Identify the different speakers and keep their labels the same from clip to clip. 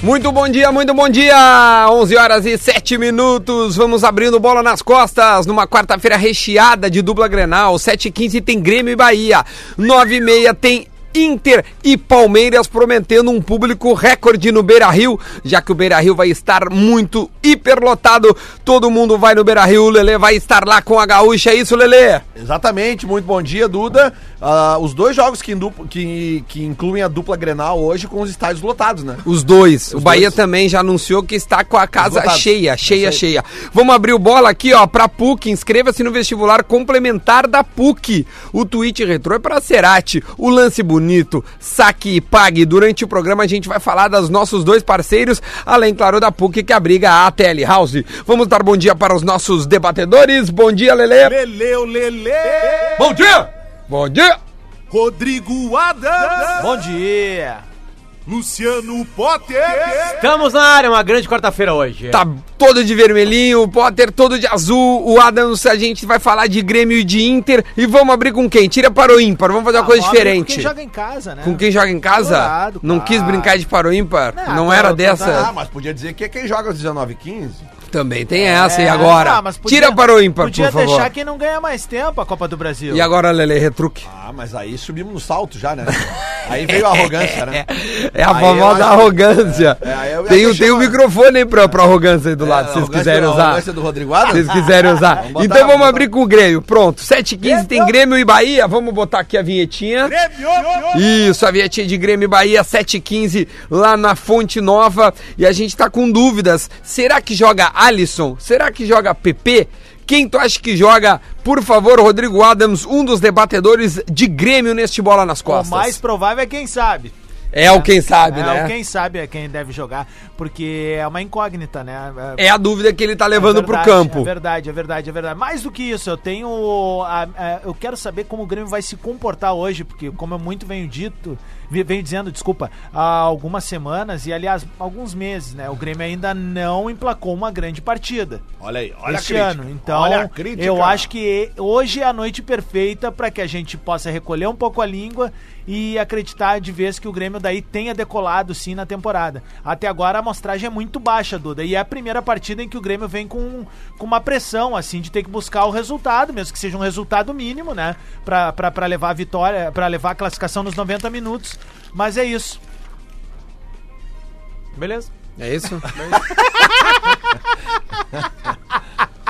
Speaker 1: Muito bom dia, muito bom dia! 11 horas e 7 minutos, vamos abrindo bola nas costas, numa quarta-feira recheada de dupla Grenal, 7h15 tem Grêmio e Bahia, 9h30 tem Inter e Palmeiras prometendo um público recorde no Beira Rio, já que o Beira Rio vai estar muito hiperlotado. Todo mundo vai no Beira Rio, o Lelê vai estar lá com a gaúcha, é isso, Lelê?
Speaker 2: Exatamente, muito bom dia, Duda. Ah, os dois jogos que, indu- que- que incluem a dupla Grenal hoje com os estádios lotados, né?
Speaker 1: Os dois. o
Speaker 2: Os
Speaker 1: Bahia
Speaker 2: dois.
Speaker 1: também já anunciou que está com a casa
Speaker 2: Esgotado.
Speaker 1: cheia, cheia,
Speaker 2: É isso
Speaker 1: cheia. Vamos abrir o bola aqui, ó, pra PUC. Inscreva-se no vestibular complementar da PUC. O tweet retrô é pra Cerati. O lance bonito, saque e pague. Durante o programa a gente vai falar dos nossos dois parceiros, além, claro, da PUC que abriga a ATL House. Vamos dar bom dia para os nossos debatedores. Bom dia, Lele.
Speaker 3: Leleu, Lele,
Speaker 1: Bom dia! Bom dia!
Speaker 3: Rodrigo Adams,
Speaker 4: Bom dia!
Speaker 3: Luciano Potter,
Speaker 4: Estamos na área, uma grande quarta-feira hoje.
Speaker 1: Tá todo de vermelhinho, o Potter todo de azul, o Adams, a gente vai falar de Grêmio e de Inter. E vamos abrir com quem? Tira para o ímpar, vamos
Speaker 5: Ah,
Speaker 1: fazer uma coisa diferente.
Speaker 5: Quem joga em casa, né?
Speaker 1: Com quem joga em casa?
Speaker 5: Colorado,
Speaker 1: não
Speaker 5: claro.
Speaker 1: quis brincar de para o ímpar? Não,
Speaker 5: Não,
Speaker 1: era
Speaker 5: não,
Speaker 1: dessa?
Speaker 2: Ah, mas podia dizer que é quem joga às 19h15.
Speaker 1: Também tem essa, e
Speaker 5: É,
Speaker 1: agora?
Speaker 5: ah, mas podia-
Speaker 1: Tira para o ímpar,
Speaker 5: Podia
Speaker 1: por favor.
Speaker 5: deixar quem não ganha mais tempo a Copa do Brasil.
Speaker 1: E agora, Lele, retruque.
Speaker 2: Ah, mas aí subimos no salto já, né? aí veio a arrogância, né?
Speaker 1: É a
Speaker 2: Aí eu
Speaker 1: famosa
Speaker 2: acho-
Speaker 1: arrogância.
Speaker 2: É, é, aí eu ia
Speaker 1: tem, o-
Speaker 2: deixar-
Speaker 1: tem o microfone aí pra, pra arrogância aí do lado,
Speaker 2: É,
Speaker 1: se
Speaker 2: a
Speaker 1: vocês
Speaker 2: arrogância-
Speaker 1: quiserem
Speaker 2: a
Speaker 1: usar.
Speaker 2: arrogância do Rodrigo Adams?
Speaker 1: Se vocês quiserem usar.
Speaker 2: Vamos botar,
Speaker 1: então vamos
Speaker 2: vamos
Speaker 1: abrir com o Grêmio. Pronto, 7h15 tem Grêmio e Bahia. Vamos botar aqui a vinhetinha.
Speaker 3: Grêmio,
Speaker 1: Isso, a vinhetinha de Grêmio e Bahia, 7h15, lá na Fonte Nova. E a gente tá com dúvidas. Será que joga Alisson? Será que joga PP? Quem tu acha que joga? Por favor, Rodrigo Adams, um dos debatedores de Grêmio neste Bola nas
Speaker 5: O
Speaker 1: Costas.
Speaker 5: mais provável é quem sabe.
Speaker 1: É o quem sabe,
Speaker 5: É,
Speaker 1: né?
Speaker 5: o quem sabe é quem deve jogar, porque é uma incógnita, né?
Speaker 1: É a dúvida que ele tá levando
Speaker 5: verdade,
Speaker 1: pro campo.
Speaker 5: É verdade, é verdade, é verdade. Mais do que isso, eu tenho. a- a- eu quero saber como o Grêmio vai se comportar hoje, porque, como eu muito venho dito, vi- venho dizendo, desculpa, há algumas semanas e, aliás, alguns meses, né? O Grêmio ainda não emplacou uma grande partida
Speaker 2: Olha aí, olha
Speaker 5: este
Speaker 2: a crítica.
Speaker 5: ano. Então,
Speaker 2: olha a crítica.
Speaker 5: eu acho que hoje é a noite perfeita para que a gente possa recolher um pouco a língua e acreditar de vez que o Grêmio daí tenha decolado sim na temporada. Até agora a amostragem é muito baixa, Duda, e é a primeira partida em que o Grêmio vem com, com uma pressão, assim, de ter que buscar o resultado, mesmo que seja um resultado mínimo, né? Pra, pra, pra levar a vitória, pra levar a classificação nos 90 minutos. Mas é isso.
Speaker 4: Beleza?
Speaker 1: É isso?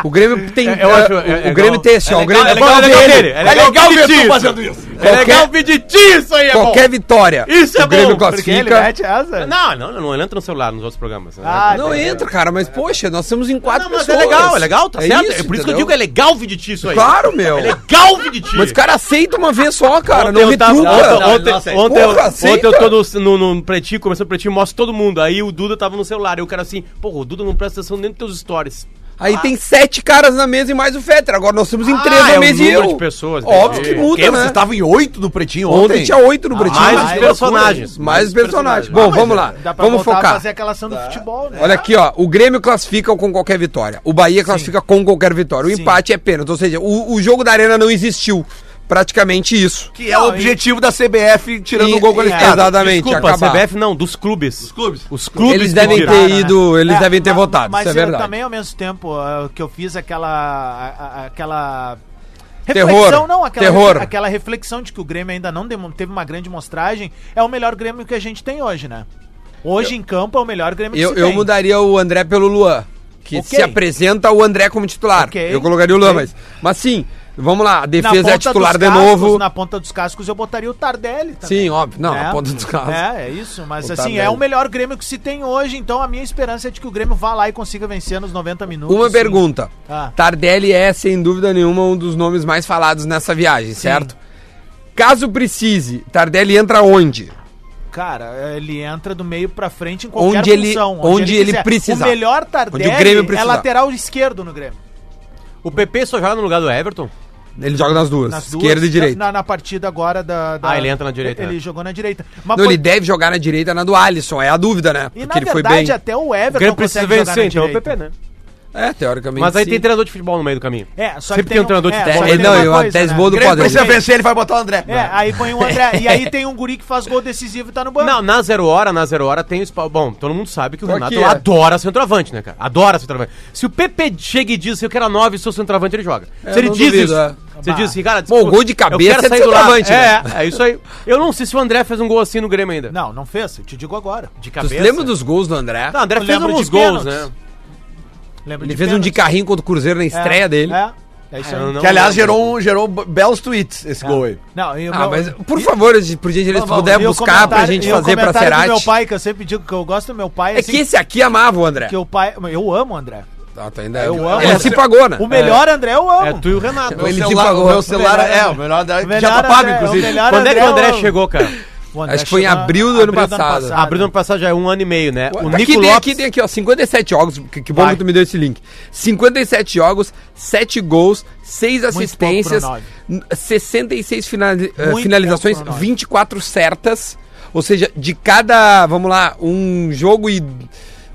Speaker 1: O Grêmio tem.
Speaker 4: É- eu acho-
Speaker 1: o-
Speaker 4: é- é
Speaker 1: o Grêmio
Speaker 4: legal-
Speaker 1: tem esse, ó.
Speaker 4: é
Speaker 1: o Grêmio
Speaker 4: legal- é
Speaker 1: qual
Speaker 4: legal
Speaker 1: dele?
Speaker 4: dele, é legal
Speaker 1: que ele
Speaker 4: que ele
Speaker 1: tinha.
Speaker 4: fazendo
Speaker 2: isso.
Speaker 4: É legal pedir isso aí, é bom.
Speaker 1: Qualquer vitória.
Speaker 4: Isso é
Speaker 1: O Grêmio
Speaker 4: bom, porque
Speaker 5: Porque ele
Speaker 1: classifica.
Speaker 5: mete essa?
Speaker 4: Não, não, não, entra no celular nos outros programas. né?
Speaker 5: Ah,
Speaker 1: Não então, entra, cara, mas poxa, nós estamos em quatro
Speaker 4: não, mas é
Speaker 1: pessoas.
Speaker 4: legal, é legal, tá certo? é por isso que eu
Speaker 1: entendeu?
Speaker 4: digo que é legal pedir isso aí.
Speaker 1: Claro, meu.
Speaker 4: É legal pedir isso.
Speaker 1: Mas o cara aceita uma vez só, cara.
Speaker 4: Ontem
Speaker 1: não
Speaker 4: eu tava-
Speaker 1: retruca.
Speaker 4: ontem-
Speaker 2: Não,
Speaker 4: Ontem,
Speaker 2: não aceita.
Speaker 4: ontem,
Speaker 1: Porra,
Speaker 4: eu, ontem
Speaker 1: aceita.
Speaker 4: eu tô no, no, no pretinho, começando o pretinho, mostro todo mundo. Aí o Duda tava no celular. E o cara assim, porra, o Duda não presta atenção nem nos teus stories.
Speaker 1: Aí tem sete caras na mesa e mais o Fetter. Agora nós estamos em
Speaker 4: Ah,
Speaker 1: três
Speaker 4: é
Speaker 1: na
Speaker 4: o
Speaker 1: mesa e
Speaker 4: número
Speaker 1: eu.
Speaker 4: de pessoas, É.
Speaker 1: Óbvio
Speaker 4: entendi.
Speaker 1: que muda, né?
Speaker 2: Porque vocês estavam em oito no pretinho
Speaker 1: Ontem
Speaker 2: ontem. um-
Speaker 1: tinha oito no Bretinho.
Speaker 4: tá? Ah, mais os
Speaker 5: que
Speaker 4: personagens.
Speaker 1: Mais os personagens. Bom,
Speaker 2: mas
Speaker 1: vamos
Speaker 2: é-
Speaker 1: lá.
Speaker 5: Dá pra
Speaker 1: Vamos
Speaker 5: voltar a
Speaker 1: focar.
Speaker 5: fazer aquela ação do
Speaker 2: Tá.
Speaker 5: futebol, né?
Speaker 1: Olha aqui, ó. O Grêmio classifica com qualquer vitória. O Bahia classifica com qualquer vitória. O
Speaker 5: Sim.
Speaker 1: empate é pênalti. Ou seja, o, o jogo da arena não existiu. Praticamente isso.
Speaker 2: Que é o objetivo da CBF tirando
Speaker 1: E-
Speaker 2: o gol qualificado.
Speaker 1: Exatamente,
Speaker 4: Desculpa,
Speaker 1: acabar.
Speaker 4: CBF não, dos clubes. Dos
Speaker 2: clubes.
Speaker 4: Os clubes
Speaker 1: eles
Speaker 4: que
Speaker 1: devem
Speaker 4: tiraram.
Speaker 1: ter ido, eles
Speaker 5: É,
Speaker 1: devem ter
Speaker 5: ma-
Speaker 1: votado,
Speaker 5: mas
Speaker 1: isso é
Speaker 5: eu
Speaker 1: verdade.
Speaker 5: também, ao mesmo tempo, ah, que eu fiz aquela. a- a- aquela.
Speaker 1: Terror.
Speaker 5: não, aquela,
Speaker 1: Terror.
Speaker 5: refe- aquela reflexão de que o Grêmio ainda não demo- teve uma grande mostragem, é o melhor Grêmio que a gente tem hoje, né? Hoje em campo é o melhor Grêmio que
Speaker 1: Eu,
Speaker 5: se
Speaker 1: eu
Speaker 5: tem.
Speaker 1: mudaria o André pelo Luan. Que
Speaker 5: Ok.
Speaker 1: se apresenta o André como titular.
Speaker 5: Ok.
Speaker 1: Eu colocaria o Luan,
Speaker 5: Ok.
Speaker 1: mas. Mas sim, vamos lá. A
Speaker 5: Na
Speaker 1: defesa é
Speaker 5: ponta
Speaker 1: titular
Speaker 5: dos
Speaker 1: de
Speaker 5: cascos,
Speaker 1: novo.
Speaker 5: Na ponta dos cascos eu botaria o Tardelli também.
Speaker 1: Sim, óbvio. Não,
Speaker 5: né?
Speaker 1: a ponta dos carros.
Speaker 5: É, é isso. Mas
Speaker 1: O
Speaker 5: assim,
Speaker 1: Tardelli.
Speaker 5: é o melhor Grêmio que se tem hoje, então a minha esperança é de que o Grêmio vá lá e consiga vencer nos 90 minutos.
Speaker 1: Uma
Speaker 5: sim.
Speaker 1: pergunta.
Speaker 5: Ah.
Speaker 1: Tardelli é, sem dúvida nenhuma, um dos nomes mais falados nessa viagem, certo? Caso precise, Tardelli entra onde?
Speaker 5: Cara, ele entra do meio pra frente em qualquer
Speaker 1: Onde ele- onde ele
Speaker 5: quiser.
Speaker 1: precisar.
Speaker 5: O melhor Tardelli
Speaker 1: Onde o Grêmio
Speaker 5: é
Speaker 1: precisar.
Speaker 5: lateral esquerdo no Grêmio.
Speaker 4: O PP só joga no lugar do Everton?
Speaker 1: Ele joga nas duas,
Speaker 5: Nas duas,
Speaker 1: esquerda e direita.
Speaker 5: Na, na partida agora da, da-
Speaker 4: Ah, ele entra na direita,
Speaker 5: Ele
Speaker 4: né?
Speaker 5: jogou na direita. Mas
Speaker 1: Não,
Speaker 5: foi-
Speaker 1: ele deve jogar na direita na do Alisson, é a dúvida, né?
Speaker 5: E
Speaker 1: Porque
Speaker 5: na
Speaker 1: ele foi
Speaker 5: verdade
Speaker 1: bem.
Speaker 5: até o
Speaker 4: O
Speaker 5: Everton
Speaker 4: Grêmio precisa
Speaker 5: consegue jogar
Speaker 4: vencer,
Speaker 5: na
Speaker 4: então é o
Speaker 5: direita.
Speaker 4: PP, né?
Speaker 1: É, teoricamente.
Speaker 4: Mas aí
Speaker 1: sim.
Speaker 4: tem treinador de futebol no meio do caminho.
Speaker 5: É, só
Speaker 4: Sempre tem um treinador de
Speaker 5: é,
Speaker 4: futebol.
Speaker 5: só que
Speaker 1: É,
Speaker 5: tem
Speaker 1: não,
Speaker 5: uma
Speaker 1: eu
Speaker 5: coisa,
Speaker 1: até
Speaker 5: né?
Speaker 1: esbodo
Speaker 2: Grêmio
Speaker 1: Potter.
Speaker 2: precisa vencer, ele vai botar o André.
Speaker 5: É, aí põe o André. e aí tem um guri que faz gol decisivo e tá no banco.
Speaker 4: Não, na zero hora, na zero hora tem o spa- Bom, todo mundo sabe que o
Speaker 1: Qual
Speaker 4: Renato
Speaker 1: que é?
Speaker 4: adora centroavante, né, cara? Adora centroavante. Se o PP chega e diz assim, eu quero a 9 e sou centroavante, ele joga.
Speaker 1: É,
Speaker 4: se ele
Speaker 1: eu não
Speaker 4: diz
Speaker 1: duvido,
Speaker 4: isso.
Speaker 1: é.
Speaker 4: Se ele diz assim, cara,
Speaker 1: Bom,
Speaker 4: pô,
Speaker 1: gol de
Speaker 4: eu quero
Speaker 1: cabeça
Speaker 4: sair
Speaker 1: é
Speaker 4: do lado.
Speaker 1: centroavante,
Speaker 4: É, é isso aí. Eu não sei se o André fez um gol assim no Grêmio ainda.
Speaker 5: Não, não fez, eu te digo agora.
Speaker 4: De
Speaker 1: Tu
Speaker 4: cabeça.
Speaker 1: lembra dos gols do André?
Speaker 4: Não, o André
Speaker 5: Eu
Speaker 4: fez
Speaker 5: lembro
Speaker 4: alguns
Speaker 5: de
Speaker 4: gols,
Speaker 5: pênaltis.
Speaker 4: né?
Speaker 5: Lembra
Speaker 1: Ele fez um de
Speaker 5: pênalti?
Speaker 1: carrinho contra o Cruzeiro na estreia
Speaker 5: É,
Speaker 1: dele.
Speaker 5: É, é isso
Speaker 4: Ah,
Speaker 5: aí.
Speaker 4: eu não-
Speaker 2: que aliás gerou, um- gerou be- belos tweets esse gol aí.
Speaker 5: Não, e o
Speaker 1: Ah,
Speaker 5: meu-
Speaker 1: mas por favor, se por gentileza, se
Speaker 5: Vamos,
Speaker 1: puder
Speaker 5: e o
Speaker 1: buscar pra
Speaker 5: comentário-
Speaker 1: gente
Speaker 5: e o
Speaker 1: fazer pra
Speaker 5: comentário do
Speaker 1: Cerati.
Speaker 5: meu pai, que eu sempre digo que eu gosto do meu pai.
Speaker 1: É que esse aqui amava o André.
Speaker 5: que o pai. Eu amo o André.
Speaker 1: Ah, tá, ainda-
Speaker 5: Eu amo.
Speaker 1: Ele se pagou, né?
Speaker 5: O melhor André eu amo.
Speaker 4: É tu e o Renato.
Speaker 1: Ele se
Speaker 2: celular-
Speaker 1: pagou.
Speaker 2: o meu celular
Speaker 5: Melhor
Speaker 2: é,
Speaker 5: André.
Speaker 2: o melhor André que
Speaker 5: Melhor
Speaker 2: já tá pago,
Speaker 5: André,
Speaker 2: inclusive.
Speaker 5: o melhor
Speaker 4: Quando é que o
Speaker 5: eu
Speaker 4: André
Speaker 5: amo.
Speaker 4: chegou, cara?
Speaker 5: O André
Speaker 1: Acho que foi em
Speaker 5: chegou-
Speaker 1: abril do ano passado.
Speaker 4: Ah,
Speaker 5: tá
Speaker 4: Abriu ano passado já é um ano e meio, né? O
Speaker 1: tá aqui,
Speaker 4: Nico
Speaker 1: tem,
Speaker 4: Lopes...
Speaker 1: aqui tem aqui, ó, 57 jogos, que, que bom
Speaker 4: Vai.
Speaker 1: que tu me deu esse link. 57 jogos, 7 gols, 6 assistências,
Speaker 5: pouco
Speaker 1: n- 66 finali- eh,
Speaker 5: pouco
Speaker 1: finalizações,
Speaker 5: pro nove.
Speaker 1: 24 certas. Ou seja, de cada, vamos lá, um jogo e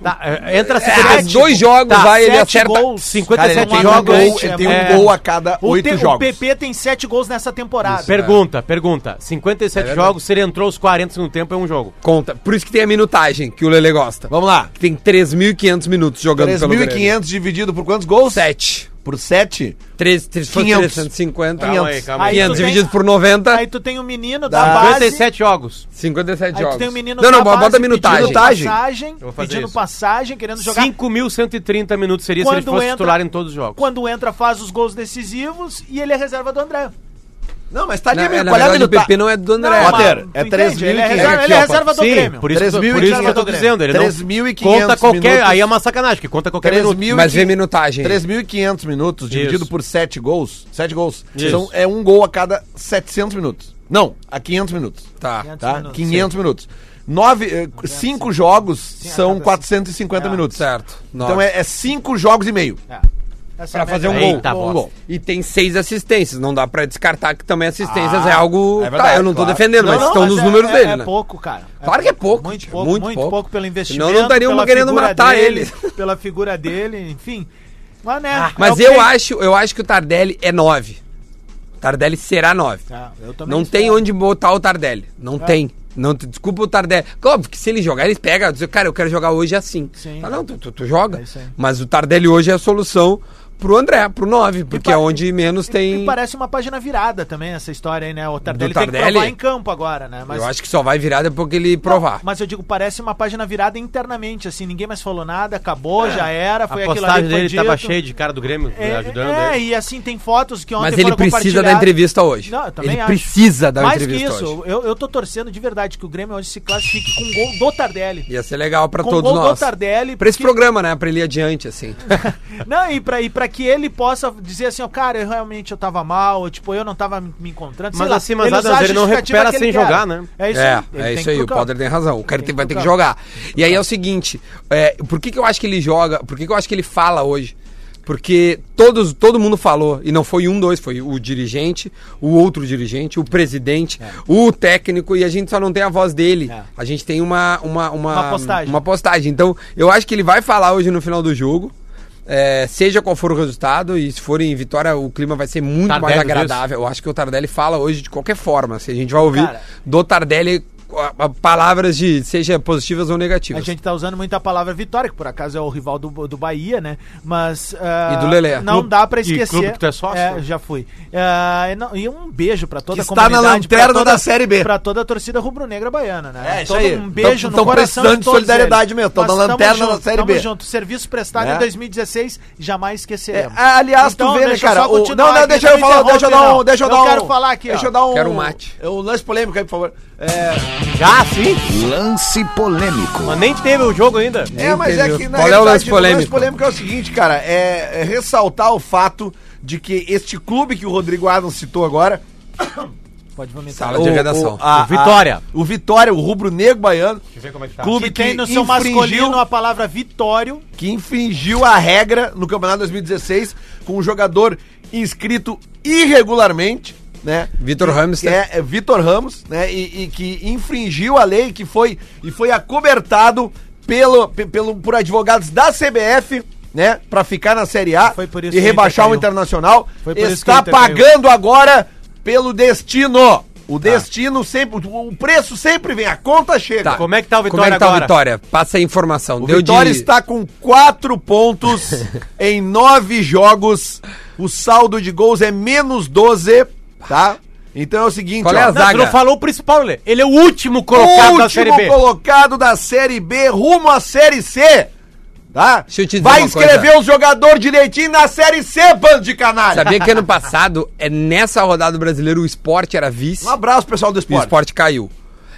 Speaker 4: Tá, é, entra
Speaker 1: cada
Speaker 4: 57
Speaker 1: dois jogos
Speaker 4: tá,
Speaker 1: vai ele
Speaker 5: sete
Speaker 1: acerta.
Speaker 5: gols.
Speaker 4: 57
Speaker 5: Cara, ele tem um
Speaker 4: jogos.
Speaker 5: gol, ele tem um
Speaker 4: é,
Speaker 2: a cada
Speaker 5: O, te- o PP tem sete gols nessa temporada.
Speaker 4: É Pergunta, pergunta. 57
Speaker 5: é
Speaker 1: verdade.
Speaker 4: jogos, se ele entrou os 40 no tempo, é um jogo.
Speaker 1: Conta. Por isso que tem a minutagem que o Lele gosta.
Speaker 2: Vamos lá.
Speaker 1: Que tem 3.500 minutos jogando pelo Grêmio.
Speaker 2: 3.500 dividido por quantos gols?
Speaker 1: 7.
Speaker 2: Por 7?
Speaker 1: 3, 3,
Speaker 2: 500.
Speaker 1: 350.
Speaker 4: Calma aí, calma aí.
Speaker 1: 500
Speaker 5: Aí tu
Speaker 1: dividido
Speaker 5: vem-
Speaker 1: por 90.
Speaker 5: Aí tu tem um menino da,
Speaker 2: Dá
Speaker 5: base.
Speaker 4: 57 jogos.
Speaker 1: 57
Speaker 5: Aí
Speaker 1: jogos.
Speaker 5: tu tem um menino
Speaker 1: não, não,
Speaker 5: da
Speaker 1: bota a
Speaker 5: base
Speaker 1: minutagem.
Speaker 5: pedindo passagem,
Speaker 4: Eu vou fazer
Speaker 5: pedindo
Speaker 4: isso.
Speaker 5: passagem, querendo jogar.
Speaker 4: 5.130 minutos seria se
Speaker 5: Quando
Speaker 4: ele fosse
Speaker 5: entra-
Speaker 4: titular em todos os jogos.
Speaker 5: Quando entra, faz os gols decisivos e ele é reserva do André.
Speaker 2: Não, mas tá ali,
Speaker 1: Na,
Speaker 2: amigo,
Speaker 1: na
Speaker 2: qual é a
Speaker 1: verdade, o
Speaker 2: minuta-
Speaker 1: PP não é né? do André.
Speaker 5: Não,
Speaker 1: Não,
Speaker 5: mas-
Speaker 2: Potter, é
Speaker 5: tu entende? Ele é
Speaker 2: 3.500
Speaker 5: reserva, ele é
Speaker 2: aqui, ó,
Speaker 5: reserva do Grêmio.
Speaker 4: por isso, que-
Speaker 2: 3.500
Speaker 4: por isso que eu tô
Speaker 5: minutos.
Speaker 4: dizendo. Ele não
Speaker 2: 3.500
Speaker 4: conta qualquer...
Speaker 2: minutos.
Speaker 4: Aí é uma sacanagem, que conta qualquer minuto.
Speaker 1: mas vê minutagem.
Speaker 2: 3.500 minutos dividido
Speaker 4: Isso.
Speaker 2: por 7 gols. 7 gols.
Speaker 4: Isso.
Speaker 2: São, é um gol a cada 700 minutos. Não, a 500 minutos.
Speaker 1: Tá.
Speaker 2: Tá?
Speaker 5: 500 minutos,
Speaker 2: 500 minutos. 9, 5 jogos
Speaker 5: a
Speaker 2: são
Speaker 5: cada
Speaker 2: 450 minutos.
Speaker 1: Certo.
Speaker 2: Então é 5 jogos e meio.
Speaker 5: É.
Speaker 1: Pra fazer um
Speaker 4: Eita,
Speaker 1: gol.
Speaker 4: bosta.
Speaker 1: E tem seis assistências. Não dá pra descartar que também assistências
Speaker 2: Ah,
Speaker 1: é algo.
Speaker 2: é
Speaker 1: tá,
Speaker 2: verdade,
Speaker 1: eu não tô
Speaker 2: claro.
Speaker 1: defendendo,
Speaker 2: Não,
Speaker 1: mas
Speaker 2: não,
Speaker 1: estão
Speaker 5: mas
Speaker 1: nos
Speaker 5: é-
Speaker 1: números
Speaker 5: é-
Speaker 1: dele,
Speaker 5: É
Speaker 1: né?
Speaker 5: pouco, cara.
Speaker 1: Claro que é pouco,
Speaker 5: Muito
Speaker 1: tio,
Speaker 5: pouco,
Speaker 1: muito
Speaker 5: muito,
Speaker 1: pouco.
Speaker 5: pouco. pelo investimento.
Speaker 1: Senão não estariam
Speaker 5: pela
Speaker 1: querendo
Speaker 5: figura
Speaker 1: matar
Speaker 5: dele,
Speaker 1: ele. Ah,
Speaker 5: Pela figura dele, enfim. Mas, né, é o
Speaker 1: Mas
Speaker 5: que
Speaker 1: eu
Speaker 5: tem.
Speaker 1: acho, eu acho que o Tardelli é nove. O Tardelli será nove.
Speaker 5: Ah, eu também
Speaker 1: Não tem
Speaker 5: espero.
Speaker 1: onde botar o Tardelli.
Speaker 5: É.
Speaker 1: Não tem. Não, te- desculpa o Tardelli. Óbvio que se ele jogar, ele pega. Diz, cara, eu quero jogar hoje assim.
Speaker 5: Sim.
Speaker 1: Ah, não, tu, tu- tu joga.
Speaker 5: É isso aí.
Speaker 1: Mas o Tardelli hoje é a solução pro André, pro 9, porque é
Speaker 5: pa-
Speaker 1: onde menos tem.
Speaker 5: E parece uma página virada também essa história aí, né? O Tardelli, tem que
Speaker 1: Tardelli?
Speaker 5: provar em campo agora, né?
Speaker 1: Eu acho que só vai virar depois que ele provar.
Speaker 5: Mas eu digo, parece uma página virada internamente, assim, ninguém mais falou nada, acabou,
Speaker 1: É.
Speaker 5: já era, foi
Speaker 4: A
Speaker 5: aquilo
Speaker 4: postagem dele
Speaker 5: foi
Speaker 4: tava
Speaker 5: dito.
Speaker 4: cheia de cara do Grêmio
Speaker 5: É,
Speaker 4: ajudando
Speaker 5: é,
Speaker 4: ele.
Speaker 5: e assim, tem fotos que ontem
Speaker 1: Mas ele
Speaker 5: foram
Speaker 1: precisa da
Speaker 5: compartilhadas.
Speaker 1: entrevista hoje.
Speaker 5: Não, eu também
Speaker 1: ele
Speaker 5: acho.
Speaker 1: precisa da
Speaker 5: Mais que
Speaker 1: entrevista hoje.
Speaker 5: isso, eu, eu tô torcendo de verdade que o Grêmio hoje se classifique com um gol do Tardelli.
Speaker 1: Ia ser legal pra
Speaker 5: Com
Speaker 1: todos
Speaker 5: gol do
Speaker 1: nós.
Speaker 5: Tardelli,
Speaker 1: Pra esse
Speaker 5: porque-
Speaker 1: programa, né? Pra ele ir adiante, assim.
Speaker 5: Não, e pra, e pra que ele possa dizer assim, ó, cara, eu realmente eu tava mal, ou, tipo, eu não tava me me encontrando.
Speaker 4: Mas
Speaker 5: lá,
Speaker 4: assim, mas
Speaker 5: ele
Speaker 4: Adams,
Speaker 5: usa a
Speaker 4: ele não
Speaker 5: justificativa
Speaker 4: recupera
Speaker 5: que ele
Speaker 4: sem
Speaker 5: quer.
Speaker 4: jogar, né?
Speaker 5: É isso
Speaker 1: é,
Speaker 5: aí. ele
Speaker 1: é
Speaker 5: tem
Speaker 1: isso
Speaker 5: que
Speaker 1: aí, o
Speaker 5: trocar.
Speaker 1: Potter tem razão. O cara
Speaker 5: Tem
Speaker 1: tem-
Speaker 5: que
Speaker 1: vai ter que
Speaker 5: trocar.
Speaker 1: jogar. E aí é o seguinte: é, por que, que eu acho que ele joga? Por que, que eu acho que ele fala hoje? Porque todos, todo mundo falou, e não foi um, dois, foi o dirigente, o outro dirigente, o presidente, o técnico, e a gente só não tem a voz dele.
Speaker 5: É.
Speaker 1: A gente tem uma, uma, uma,
Speaker 5: Uma postagem.
Speaker 1: uma postagem. Então, eu acho que ele vai falar hoje no final do jogo. é, seja qual for o resultado, e se for em vitória, o clima vai ser muito mais
Speaker 4: Tardelli fez.
Speaker 1: agradável. Eu acho que o Tardelli fala hoje de qualquer forma. Se a gente vai ouvir
Speaker 5: Cara.
Speaker 1: do Tardelli a- a- palavras de seja positivas ou
Speaker 5: A
Speaker 1: negativas.
Speaker 5: gente tá usando muito a palavra vitória, que por acaso é o rival do, do Bahia, né? Mas. ah,
Speaker 1: E do Lelé.
Speaker 5: Não
Speaker 4: Clube-
Speaker 5: dá pra
Speaker 4: e
Speaker 5: esquecer.
Speaker 4: clube que tu é sócio, né?
Speaker 5: já fui. Ah, e, não- e um beijo pra toda
Speaker 2: Que está na
Speaker 5: pra
Speaker 2: lanterna
Speaker 5: toda-
Speaker 2: da Série B.
Speaker 5: Pra toda a torcida rubro-negra baiana, né?
Speaker 2: É, isso
Speaker 5: Todo
Speaker 2: aí.
Speaker 5: um beijo
Speaker 2: Tão-
Speaker 5: no
Speaker 2: tão
Speaker 5: coração.
Speaker 2: precisando de
Speaker 5: todos
Speaker 2: solidariedade
Speaker 5: eles.
Speaker 2: mesmo, tão
Speaker 5: Mas
Speaker 2: na
Speaker 5: tamo
Speaker 2: lanterna
Speaker 5: junto,
Speaker 2: da Série
Speaker 5: tamo
Speaker 2: B.
Speaker 5: junto. Serviço prestado
Speaker 2: Né?
Speaker 5: em 2016, jamais esqueceremos.
Speaker 2: É, aliás, tu vê, né,
Speaker 5: Então, deixa
Speaker 2: cara?
Speaker 5: só
Speaker 2: o-
Speaker 5: continuar
Speaker 2: não, não,
Speaker 5: aqui,
Speaker 2: deixa eu
Speaker 5: não
Speaker 2: falar, deixa eu
Speaker 5: interrompe,
Speaker 2: dar um.
Speaker 5: não.
Speaker 2: Deixa eu, dar um.
Speaker 5: quero falar aqui,
Speaker 2: Deixa
Speaker 5: ó.
Speaker 2: eu dar um.
Speaker 1: Quero um mate.
Speaker 2: É um lance polêmico aí, por favor. É,
Speaker 4: Já, sim.
Speaker 6: Lance
Speaker 1: é.
Speaker 6: polêmico.
Speaker 4: Mas nem teve o jogo ainda.
Speaker 2: é, mas é
Speaker 1: entendeu.
Speaker 2: que na
Speaker 1: Qual é o lance
Speaker 2: realidade,
Speaker 1: polêmico?
Speaker 2: polêmico é o seguinte, cara, é, é ressaltar o fato de que este clube que o Rodrigo Adams citou agora,
Speaker 5: Pode vomitar.
Speaker 1: Sala de
Speaker 2: o-
Speaker 1: redação.
Speaker 2: o- a-
Speaker 4: O Vitória.
Speaker 2: a- o Vitória, o rubro-negro baiano,
Speaker 4: ver como é que tá.
Speaker 2: clube
Speaker 5: Que
Speaker 2: que,
Speaker 5: tem no seu
Speaker 2: infringiu-
Speaker 5: masculino a palavra vitório.
Speaker 2: que infringiu a regra no Campeonato 2016 com um jogador inscrito irregularmente, né?
Speaker 1: Vitor
Speaker 2: Que
Speaker 1: Hamster.
Speaker 2: é, é Vitor Ramos, né? E, e que infringiu a lei que foi e foi acobertado pelo, pe- pelo por advogados da CBF né, para ficar na Série A
Speaker 5: Foi por isso
Speaker 2: e
Speaker 5: que o
Speaker 2: rebaixar o
Speaker 5: Inter caiu.
Speaker 2: Internacional,
Speaker 5: Foi por isso
Speaker 2: está
Speaker 5: que o Inter caiu.
Speaker 2: pagando agora pelo destino. O
Speaker 5: Tá.
Speaker 2: destino sempre, o preço sempre vem, a conta chega.
Speaker 1: Tá.
Speaker 4: Como é que tá o
Speaker 1: Como é
Speaker 4: Vitória
Speaker 1: que tá o
Speaker 4: agora?
Speaker 1: Vitória? Passa a informação.
Speaker 2: O Vitória está com quatro pontos em nove jogos. O saldo de gols é menos 12, tá? Então é o seguinte,
Speaker 1: Qual é a
Speaker 4: Não, tu
Speaker 1: Zaga.
Speaker 4: não falou o principal, Lê. Ele é o último colocado
Speaker 2: último
Speaker 4: da Série B.
Speaker 2: colocado da Série B rumo à Série C. Tá?
Speaker 1: Deixa eu te dizer
Speaker 2: Vai
Speaker 1: uma
Speaker 2: inscrever os jogadores direitinho na Série C, bando de canalha.
Speaker 1: Sabia que ano passado, é nessa rodada brasileira, o esporte era vice
Speaker 2: Um abraço, pessoal
Speaker 1: e
Speaker 2: do
Speaker 1: o
Speaker 2: esporte.
Speaker 1: esporte caiu.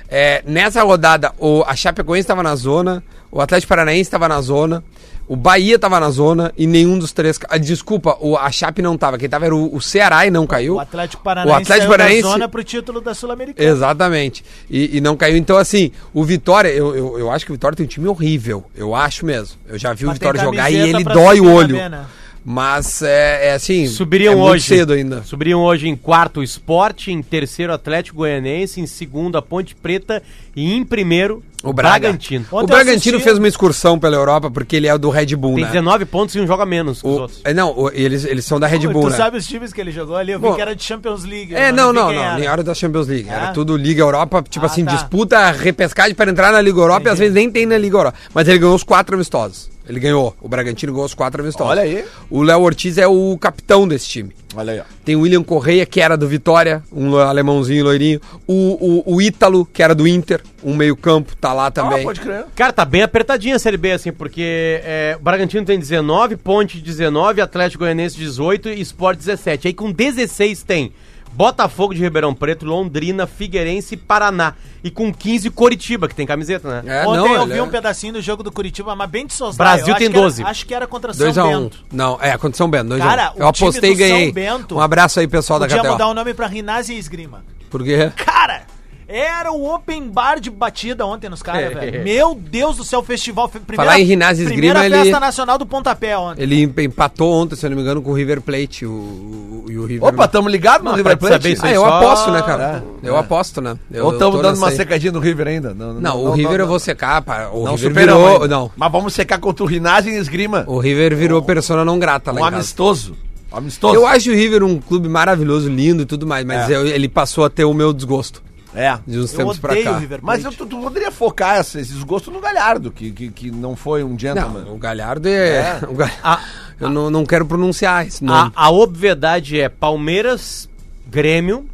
Speaker 1: É, nessa rodada, o, a Chapecoense estava na zona, o Atlético Paranaense estava na zona, o Bahia estava na zona e nenhum dos três. ca- ah, desculpa, o, a Chape não estava. Quem estava era o, o Ceará e não caiu.
Speaker 5: O Atlético Paranaense
Speaker 1: O Atlético
Speaker 5: saiu da
Speaker 1: Paranaense-
Speaker 5: zona pro título da Sul-Americana.
Speaker 1: Exatamente. E, e não caiu. Então, assim, o Vitória, eu, eu, eu acho que o Vitória tem um time horrível. Eu acho mesmo. Eu já vi o
Speaker 5: Mas tem
Speaker 1: Vitória jogar e
Speaker 5: camiseta
Speaker 1: ele
Speaker 5: pra
Speaker 1: dói o
Speaker 5: subir na
Speaker 1: olho.
Speaker 5: B, né?
Speaker 1: Mas é, é assim.
Speaker 4: Subiriam
Speaker 1: é muito
Speaker 4: hoje.
Speaker 1: cedo ainda.
Speaker 4: Subiriam hoje em quarto o Esporte, em terceiro Atlético Goianense, em segundo a Ponte Preta e em primeiro
Speaker 1: O Braga.
Speaker 4: Bragantino.
Speaker 5: Ontem
Speaker 1: o
Speaker 5: eu
Speaker 1: Bragantino
Speaker 5: assisti-
Speaker 1: fez uma excursão pela Europa porque ele é do Red Bull,
Speaker 4: Tem
Speaker 1: né?
Speaker 4: 19 pontos e um joga menos que os
Speaker 1: O,
Speaker 4: outros.
Speaker 1: é, não, o- eles, eles são da Red
Speaker 5: Tu
Speaker 1: Bull, né?
Speaker 5: sabe os times que ele jogou ali? Eu vi
Speaker 1: Bom,
Speaker 5: que era de Champions League.
Speaker 1: É,
Speaker 5: eu
Speaker 1: não,
Speaker 5: vi
Speaker 1: não,
Speaker 5: quem
Speaker 1: não.
Speaker 5: era.
Speaker 1: Nem hora da Champions League. Era
Speaker 5: É?
Speaker 1: tudo Liga Europa, tipo
Speaker 5: Ah,
Speaker 1: assim,
Speaker 5: tá.
Speaker 1: disputa, repescagem para entrar na Liga Europa e às vezes nem tem na Liga Europa. Mas ele ganhou os quatro amistosos. Ele ganhou. O Bragantino ganhou os quatro amistosos.
Speaker 2: Olha aí.
Speaker 1: O Léo Ortiz é o capitão desse time.
Speaker 2: Olha aí, ó.
Speaker 1: Tem o William Correia, que era do Vitória, um lo- alemãozinho loirinho. O, o, o Ítalo, que era do Inter, um meio-campo, tá lá também.
Speaker 2: Ah, pode crer.
Speaker 4: Cara, tá bem apertadinha a Série B, assim, porque é, o Bragantino tem 19, Ponte 19, Atlético Goianense 18 e Sport 17. Aí com 16 tem Botafogo de Ribeirão Preto, Londrina, Figueirense e Paraná. E com 15, Coritiba, que tem camiseta, né?
Speaker 1: É,
Speaker 5: Ontem eu
Speaker 1: ele
Speaker 5: vi
Speaker 1: é-
Speaker 5: um pedacinho do jogo do Curitiba, mas bem de Sosdai.
Speaker 4: Brasil
Speaker 5: eu acho
Speaker 4: tem
Speaker 5: que era-
Speaker 4: 12.
Speaker 5: acho que era contra São
Speaker 1: 2x1.
Speaker 5: Bento.
Speaker 1: Não, é, contra o São Bento, 2x1.
Speaker 5: Cara, o
Speaker 1: eu apostei e
Speaker 5: time do São
Speaker 1: ganhei.
Speaker 5: Bento
Speaker 1: um abraço aí, pessoal da
Speaker 5: Podia
Speaker 1: KTO.
Speaker 5: mudar um o nome pra Rinazzi e Esgrima.
Speaker 1: Porque
Speaker 5: Cara, era o open bar de batida ontem nos caras, velho. Meu Deus do céu, festival. fe- Primeira,
Speaker 1: É. em Rinazzi e Esgrima,
Speaker 5: Primeira festa
Speaker 1: ele-
Speaker 5: nacional do pontapé ontem.
Speaker 1: ele emp- empatou ontem, se eu não me engano, com o River Plate. O, o, e o River
Speaker 2: Opa, tamo ligado no River
Speaker 4: pra
Speaker 2: Plate?
Speaker 4: saber isso
Speaker 1: Ah,
Speaker 4: aí
Speaker 1: eu
Speaker 4: só-
Speaker 1: aposto, né, cara? Eu aposto, né? Eu,
Speaker 2: Ou
Speaker 1: eu
Speaker 2: estamos
Speaker 1: tô
Speaker 2: dando
Speaker 1: nessa
Speaker 2: uma
Speaker 1: aí.
Speaker 2: secadinha no River ainda?
Speaker 1: Não, o River eu vou secar, pá. O
Speaker 2: Não
Speaker 1: River
Speaker 2: superou.
Speaker 1: virou.
Speaker 2: ainda.
Speaker 1: Não.
Speaker 2: Mas vamos secar contra o Rinazzi e Esgrima.
Speaker 1: O River virou persona não grata lá
Speaker 2: Um
Speaker 1: em casa.
Speaker 2: amistoso. Um Amistoso.
Speaker 1: Eu acho o River um clube maravilhoso, lindo e tudo mais, mas eu- ele passou a ter o meu desgosto
Speaker 2: É.
Speaker 1: de uns
Speaker 5: Eu
Speaker 1: tempos pra
Speaker 5: odeio
Speaker 1: cá.
Speaker 5: o River Plate.
Speaker 2: Mas eu, tu, tu poderia focar esse, esse desgosto no Galhardo, que, que, que não foi um gentleman.
Speaker 1: Não, o Galhardo é. o Gal-
Speaker 4: A-
Speaker 1: Eu não, não quero pronunciar esse
Speaker 4: A,
Speaker 1: nome.
Speaker 4: a obviedade é Palmeiras, Grêmio,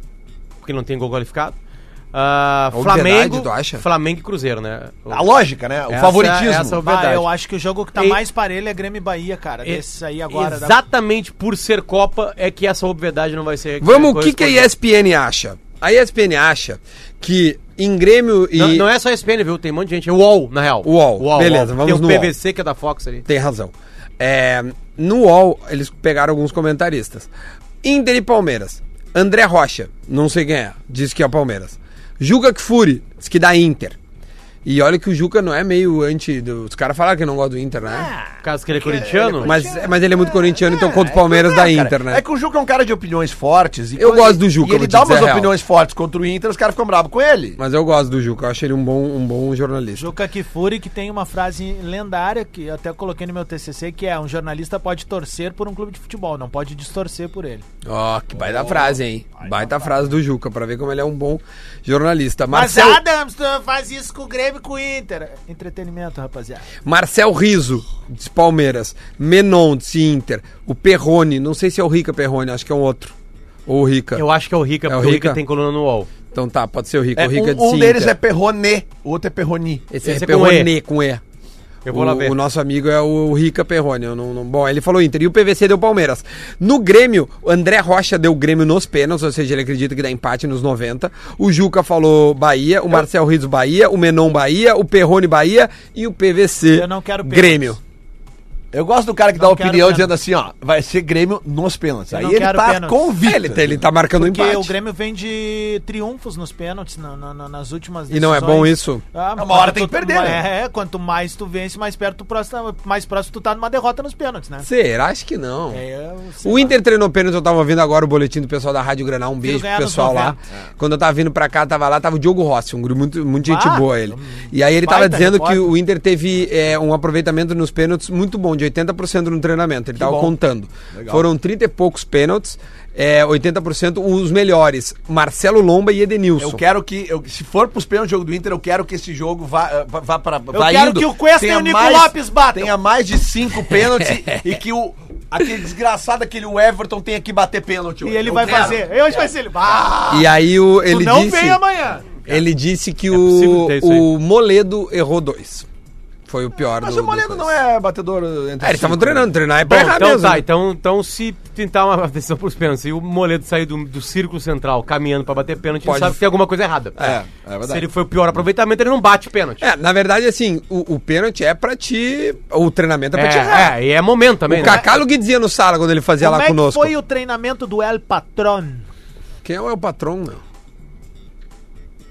Speaker 4: porque não tem gol qualificado. ah,
Speaker 1: Obviedade,
Speaker 4: Flamengo,
Speaker 1: tu acha?
Speaker 4: Flamengo e Cruzeiro, né? O-
Speaker 2: A lógica, né? O
Speaker 4: Essa-
Speaker 2: favoritismo.
Speaker 4: essa é a
Speaker 5: Bah,
Speaker 4: obviedade.
Speaker 5: eu acho que o jogo que tá
Speaker 4: E-
Speaker 5: mais parelho é Grêmio e Bahia, cara.
Speaker 4: E-
Speaker 5: Desses aí agora. dá-
Speaker 4: Exatamente por ser Copa é que essa obviedade não vai ser.
Speaker 1: Vamos, o
Speaker 4: coisa
Speaker 1: que, é que a
Speaker 4: escolhida.
Speaker 1: ESPN acha? A ESPN acha que em Grêmio e.
Speaker 4: Não, não é só a SPN, viu? Tem um monte de gente. É o UOL, na real.
Speaker 1: UOL, beleza, vamos no
Speaker 4: Tem
Speaker 1: UOL.
Speaker 4: o PVC que é da Fox ali.
Speaker 1: Tem razão. É, no UOL, eles pegaram alguns comentaristas. Inter e Palmeiras. André Rocha, não sei quem é, diz que é o Palmeiras. Juca Kfouri, diz que dá Inter. E olha que o Juca não é meio anti. do- Os caras falaram que não gosta do Inter, né?
Speaker 4: Caso que ele é corintiano.
Speaker 1: mas, mas ele é muito corintiano, então contra o Palmeiras
Speaker 2: É,
Speaker 1: dá
Speaker 2: cara,
Speaker 1: Inter, né?
Speaker 2: É que o Juca é um cara de opiniões fortes. e
Speaker 1: Eu
Speaker 2: quando-
Speaker 1: gosto do Juca,
Speaker 2: E
Speaker 1: eu vou
Speaker 2: ele
Speaker 1: te
Speaker 2: dá
Speaker 1: dizer
Speaker 2: umas
Speaker 1: a real.
Speaker 2: opiniões fortes contra o Inter, os caras ficam bravos com ele.
Speaker 1: Mas eu gosto do Juca, eu acho ele um bom, um bom jornalista.
Speaker 5: Juca Kifuri, que tem uma frase lendária, que eu até coloquei no meu TCC, que é um jornalista pode torcer por um clube de futebol, não pode distorcer por ele.
Speaker 1: Ó, que baita frase, hein? Baita frase do Juca, pra ver como ele é um bom jornalista.
Speaker 5: Mas
Speaker 2: é
Speaker 1: Marcel-
Speaker 5: Adams tu faz isso com o Grêmio e com o Inter. Entretenimento, rapaziada.
Speaker 1: Marcel Riso, de Palmeiras. Menon, de Inter. O Perrone, não sei se é o Rica Perrone, acho que é um outro. Ou o Rica.
Speaker 4: Eu acho que é o Rica,
Speaker 1: É o
Speaker 4: porque o Rica
Speaker 1: Rica?
Speaker 4: tem coluna no UOL.
Speaker 1: Então tá, pode ser o Rica.
Speaker 2: É,
Speaker 1: o Rica
Speaker 2: um
Speaker 1: de
Speaker 2: um
Speaker 1: Inter.
Speaker 2: deles é Perroné, o outro é Perroni.
Speaker 1: Esse,
Speaker 4: esse
Speaker 1: é
Speaker 4: é com
Speaker 1: Perrone com E.
Speaker 4: Eu vou lá
Speaker 1: O-
Speaker 4: ver.
Speaker 1: O nosso amigo é o, o Rica Perrone. eu não- não- bom, ele falou Inter. E o PVC deu Palmeiras. No Grêmio, o André Rocha deu o Grêmio nos pênaltis, ou seja, ele acredita que dá empate nos 90. O Juca falou Bahia, o Marcel Rizzo Bahia, o Menon Bahia, o Perrone Bahia e o PVC
Speaker 5: Eu não quero pênaltis.
Speaker 1: Grêmio.
Speaker 2: Eu gosto do cara que
Speaker 5: Não
Speaker 2: dá
Speaker 5: quero
Speaker 2: opinião
Speaker 5: pênalti.
Speaker 2: dizendo assim, ó, vai ser Grêmio nos pênaltis.
Speaker 5: Eu
Speaker 2: Aí
Speaker 5: não
Speaker 2: ele
Speaker 5: quero
Speaker 2: tá
Speaker 5: pênalti.
Speaker 2: convicto.
Speaker 1: Ele, tá- ele tá marcando
Speaker 5: Porque
Speaker 1: empate.
Speaker 5: o Grêmio vem de triunfos nos pênaltis na- na- na- nas últimas
Speaker 1: E não é bom isso?
Speaker 5: Ah,
Speaker 2: Uma hora tem que
Speaker 5: tu-
Speaker 2: perder, né?
Speaker 5: É, quanto mais tu vence, mais perto tu próximo, mais próximo tu tá numa derrota nos pênaltis, né?
Speaker 1: Será? Acho que não.
Speaker 5: É, eu sei
Speaker 1: O
Speaker 5: lá.
Speaker 1: Inter treinou pênalti, eu tava ouvindo agora o boletim do pessoal da Rádio Granal, um beijo pro
Speaker 5: ganhar nos
Speaker 1: pessoal lá.
Speaker 5: 90.
Speaker 1: Quando eu tava vindo pra cá, tava lá, tava o Diogo Rossi, um grupo muito, muito gente
Speaker 5: Ah,
Speaker 1: boa ele. E aí ele tava
Speaker 5: baita
Speaker 1: dizendo que
Speaker 5: repórter.
Speaker 1: o Inter teve é, um aproveitamento nos pênaltis muito bom de de 80% no treinamento, ele estava contando. Foram 30 e poucos pênaltis, é, 80% os melhores, Marcelo Lomba e Edenilson.
Speaker 2: Eu quero que, eu- se for pros pênaltis do jogo do Inter, eu quero que esse jogo vá, eh, vá, vá para
Speaker 5: Eu quero que o Cuesta e o Nico Lopes batam.
Speaker 2: Tenha mais de cinco pênaltis e que o, aquele desgraçado, aquele Everton, tenha que bater pênalti.
Speaker 5: E
Speaker 2: hoje.
Speaker 5: ele
Speaker 2: Eu
Speaker 5: vai
Speaker 2: quero.
Speaker 5: fazer. E hoje vai ser ele. Ah,
Speaker 1: E aí o,
Speaker 5: tu
Speaker 1: ele
Speaker 5: não
Speaker 1: disse...
Speaker 5: vem amanhã.
Speaker 1: Ele disse que
Speaker 4: É possível
Speaker 1: o,
Speaker 4: ter isso
Speaker 1: o Moledo errou dois. Foi o pior
Speaker 2: Mas
Speaker 1: do
Speaker 2: o Moledo
Speaker 1: do
Speaker 2: não é batedor entre
Speaker 1: Ah, eles estavam
Speaker 2: cinco. né?
Speaker 1: treinando, treinar é pra
Speaker 4: Bom,
Speaker 1: errar
Speaker 4: então
Speaker 1: mesmo.
Speaker 4: tá,
Speaker 1: né?
Speaker 4: então, então se tentar uma atenção pros pênaltis e o Moledo sair do, do círculo central caminhando pra bater pênalti, a
Speaker 1: Pode-
Speaker 4: gente sabe que tem alguma coisa errada.
Speaker 2: É, é verdade.
Speaker 4: Se ele foi o pior aproveitamento, ele não bate pênalti.
Speaker 1: É, na verdade, assim, o, o pênalti é pra ti. O treinamento é pra ti errar.
Speaker 4: É, é, e é momento também.
Speaker 1: O
Speaker 4: né?
Speaker 1: Cacalo que dizia no sala quando ele fazia
Speaker 5: Como
Speaker 1: lá
Speaker 5: é
Speaker 1: conosco.
Speaker 5: que foi o treinamento do El Patron?
Speaker 1: Quem é o El patrão, meu?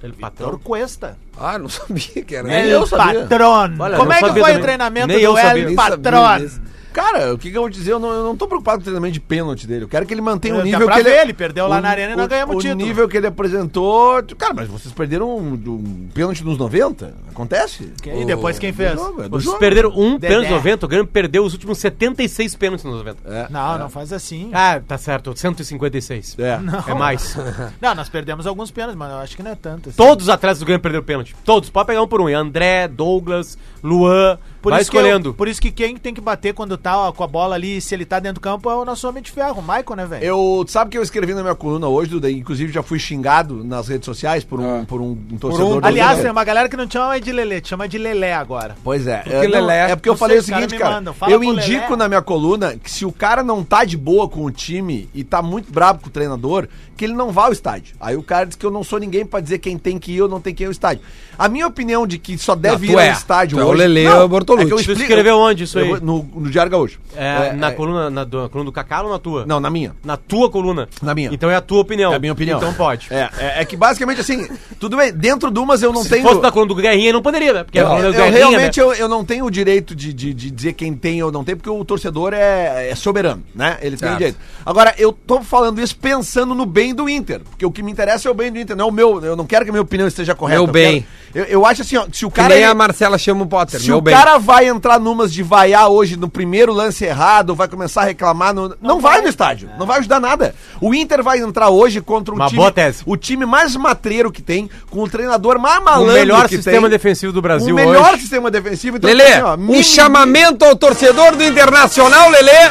Speaker 4: Ele patrão.
Speaker 5: Vitor Cuesta.
Speaker 1: Ah, não sabia que era.
Speaker 2: Então,
Speaker 5: É,
Speaker 2: Nem
Speaker 1: ele.
Speaker 2: eu sabia.
Speaker 5: Patron.
Speaker 4: Olha,
Speaker 5: Como
Speaker 4: não
Speaker 5: é que foi
Speaker 4: sabia
Speaker 5: o
Speaker 4: também.
Speaker 5: treinamento
Speaker 4: Nem eu
Speaker 5: do
Speaker 4: sabia,
Speaker 5: El
Speaker 1: nem sabia
Speaker 5: Patron?
Speaker 1: disso.
Speaker 2: Cara, o que, que eu vou dizer? Eu não, eu não tô preocupado com o treinamento de pênalti dele. Eu quero que ele mantenha o
Speaker 5: Dá
Speaker 2: nível
Speaker 5: pra
Speaker 2: que ele.
Speaker 5: ver, ele perdeu lá na arena e não
Speaker 2: o-
Speaker 5: ganhamos
Speaker 2: o
Speaker 5: título.
Speaker 2: nível que ele apresentou. Cara, mas vocês perderam um, um pênalti nos 90? Acontece?
Speaker 5: E depois quem fez?
Speaker 2: Jogo, é do
Speaker 4: Vocês
Speaker 2: jogo.
Speaker 4: perderam um
Speaker 5: Dedé.
Speaker 4: pênalti nos 90, o Grêmio perdeu os últimos 76 pênaltis nos 90.
Speaker 2: É,
Speaker 5: Não, não faz assim.
Speaker 4: Ah, tá certo, 156.
Speaker 2: É.
Speaker 4: É mais.
Speaker 5: Não, nós perdemos alguns pênaltis, mas eu acho que não é tanto. assim.
Speaker 4: Todos os atletas do Grêmio perderam pênalti. Todos, pode pegar um por um. É André, Douglas, Luan,
Speaker 5: Por
Speaker 4: vai
Speaker 5: isso que eu-
Speaker 4: escolhendo.
Speaker 5: por isso que quem tem que bater quando tá ó, com a bola ali, se ele tá dentro do campo, é o nosso homem de ferro, o Michael, né, velho?
Speaker 2: Eu, tu sabe que eu escrevi na minha coluna hoje, Duda, e inclusive já fui xingado nas redes sociais por um, por um, um torcedor. do
Speaker 5: Aliás,
Speaker 2: Grêmio.
Speaker 5: tem uma galera que não te chama de Lelê, te chama de Lelé agora.
Speaker 2: Pois é.
Speaker 1: Porque
Speaker 2: é, não,
Speaker 1: Lelé-
Speaker 2: é porque eu
Speaker 5: Não
Speaker 2: falei
Speaker 5: sei,
Speaker 2: o
Speaker 5: os caras
Speaker 2: seguinte,
Speaker 5: me
Speaker 2: cara.
Speaker 5: mandam, fala
Speaker 2: eu
Speaker 5: pro
Speaker 2: indico
Speaker 5: Lelé.
Speaker 2: na minha coluna que se o cara não tá de boa com o time e tá muito brabo com o treinador, que ele não vá ao estádio. Aí o cara diz que eu não sou ninguém pra dizer quem tem que ir ou não tem que ir ao estádio. A minha opinião de que só deve
Speaker 1: tu
Speaker 2: ir ao
Speaker 1: é.
Speaker 2: estádio
Speaker 1: Tu é o
Speaker 2: hoje...
Speaker 1: Lelé
Speaker 2: Não,
Speaker 1: ou o Bortolucci.
Speaker 2: que eu
Speaker 1: Tu
Speaker 2: explico-
Speaker 4: escreveu onde isso
Speaker 2: eu
Speaker 4: aí?
Speaker 2: vou- No, no Diário Gaúcho.
Speaker 4: É,
Speaker 2: É,
Speaker 4: na
Speaker 2: é,
Speaker 4: coluna na, do- na coluna do Cacalo ou na tua?
Speaker 2: Não, na minha.
Speaker 4: Na tua coluna?
Speaker 2: Na minha.
Speaker 4: Então é a tua opinião.
Speaker 2: É a minha opinião.
Speaker 4: Então pode.
Speaker 2: É, é, é que basicamente assim, tudo bem, dentro de umas eu não
Speaker 4: Se
Speaker 2: tenho.
Speaker 4: fosse na coluna do Guerrinha, não poderia, né? Porque a
Speaker 2: Eu,
Speaker 4: coluna
Speaker 2: eu
Speaker 4: do Guerrinha,
Speaker 2: realmente
Speaker 4: né?
Speaker 2: eu, eu não tenho o direito de, de, de dizer quem tem ou não tem, porque o torcedor é, é soberano, né? Ele tem o
Speaker 1: Certo.
Speaker 2: direito. Agora, eu tô falando isso pensando no bem do Inter, porque o que me interessa é o bem do Inter, não é o meu. Eu não quero que a minha opinião esteja correta.
Speaker 1: Meu
Speaker 2: eu
Speaker 1: bem.
Speaker 2: quero- eu, eu acho assim, ó, que se o
Speaker 1: Que
Speaker 2: cara.
Speaker 1: nem a
Speaker 2: ele-
Speaker 1: Marcela chama o Potter,
Speaker 2: se
Speaker 1: meu
Speaker 2: o
Speaker 1: bem.
Speaker 2: cara vai entrar numas de vaiar hoje no primeiro lance errado, vai começar a reclamar, no- não, vai, É. no estádio, não vai ajudar nada. O Inter vai entrar hoje contra um
Speaker 4: Uma
Speaker 2: time,
Speaker 4: boa tese.
Speaker 2: o time mais matreiro que tem, com o treinador mais
Speaker 4: O
Speaker 2: malandro
Speaker 4: melhor
Speaker 2: que
Speaker 4: sistema
Speaker 2: tem,
Speaker 4: defensivo do Brasil
Speaker 2: o melhor
Speaker 4: hoje.
Speaker 2: sistema defensivo. Então,
Speaker 1: Lelê,
Speaker 2: assim, ó,
Speaker 1: um
Speaker 2: mini-
Speaker 1: chamamento ao torcedor do Internacional, Lelê,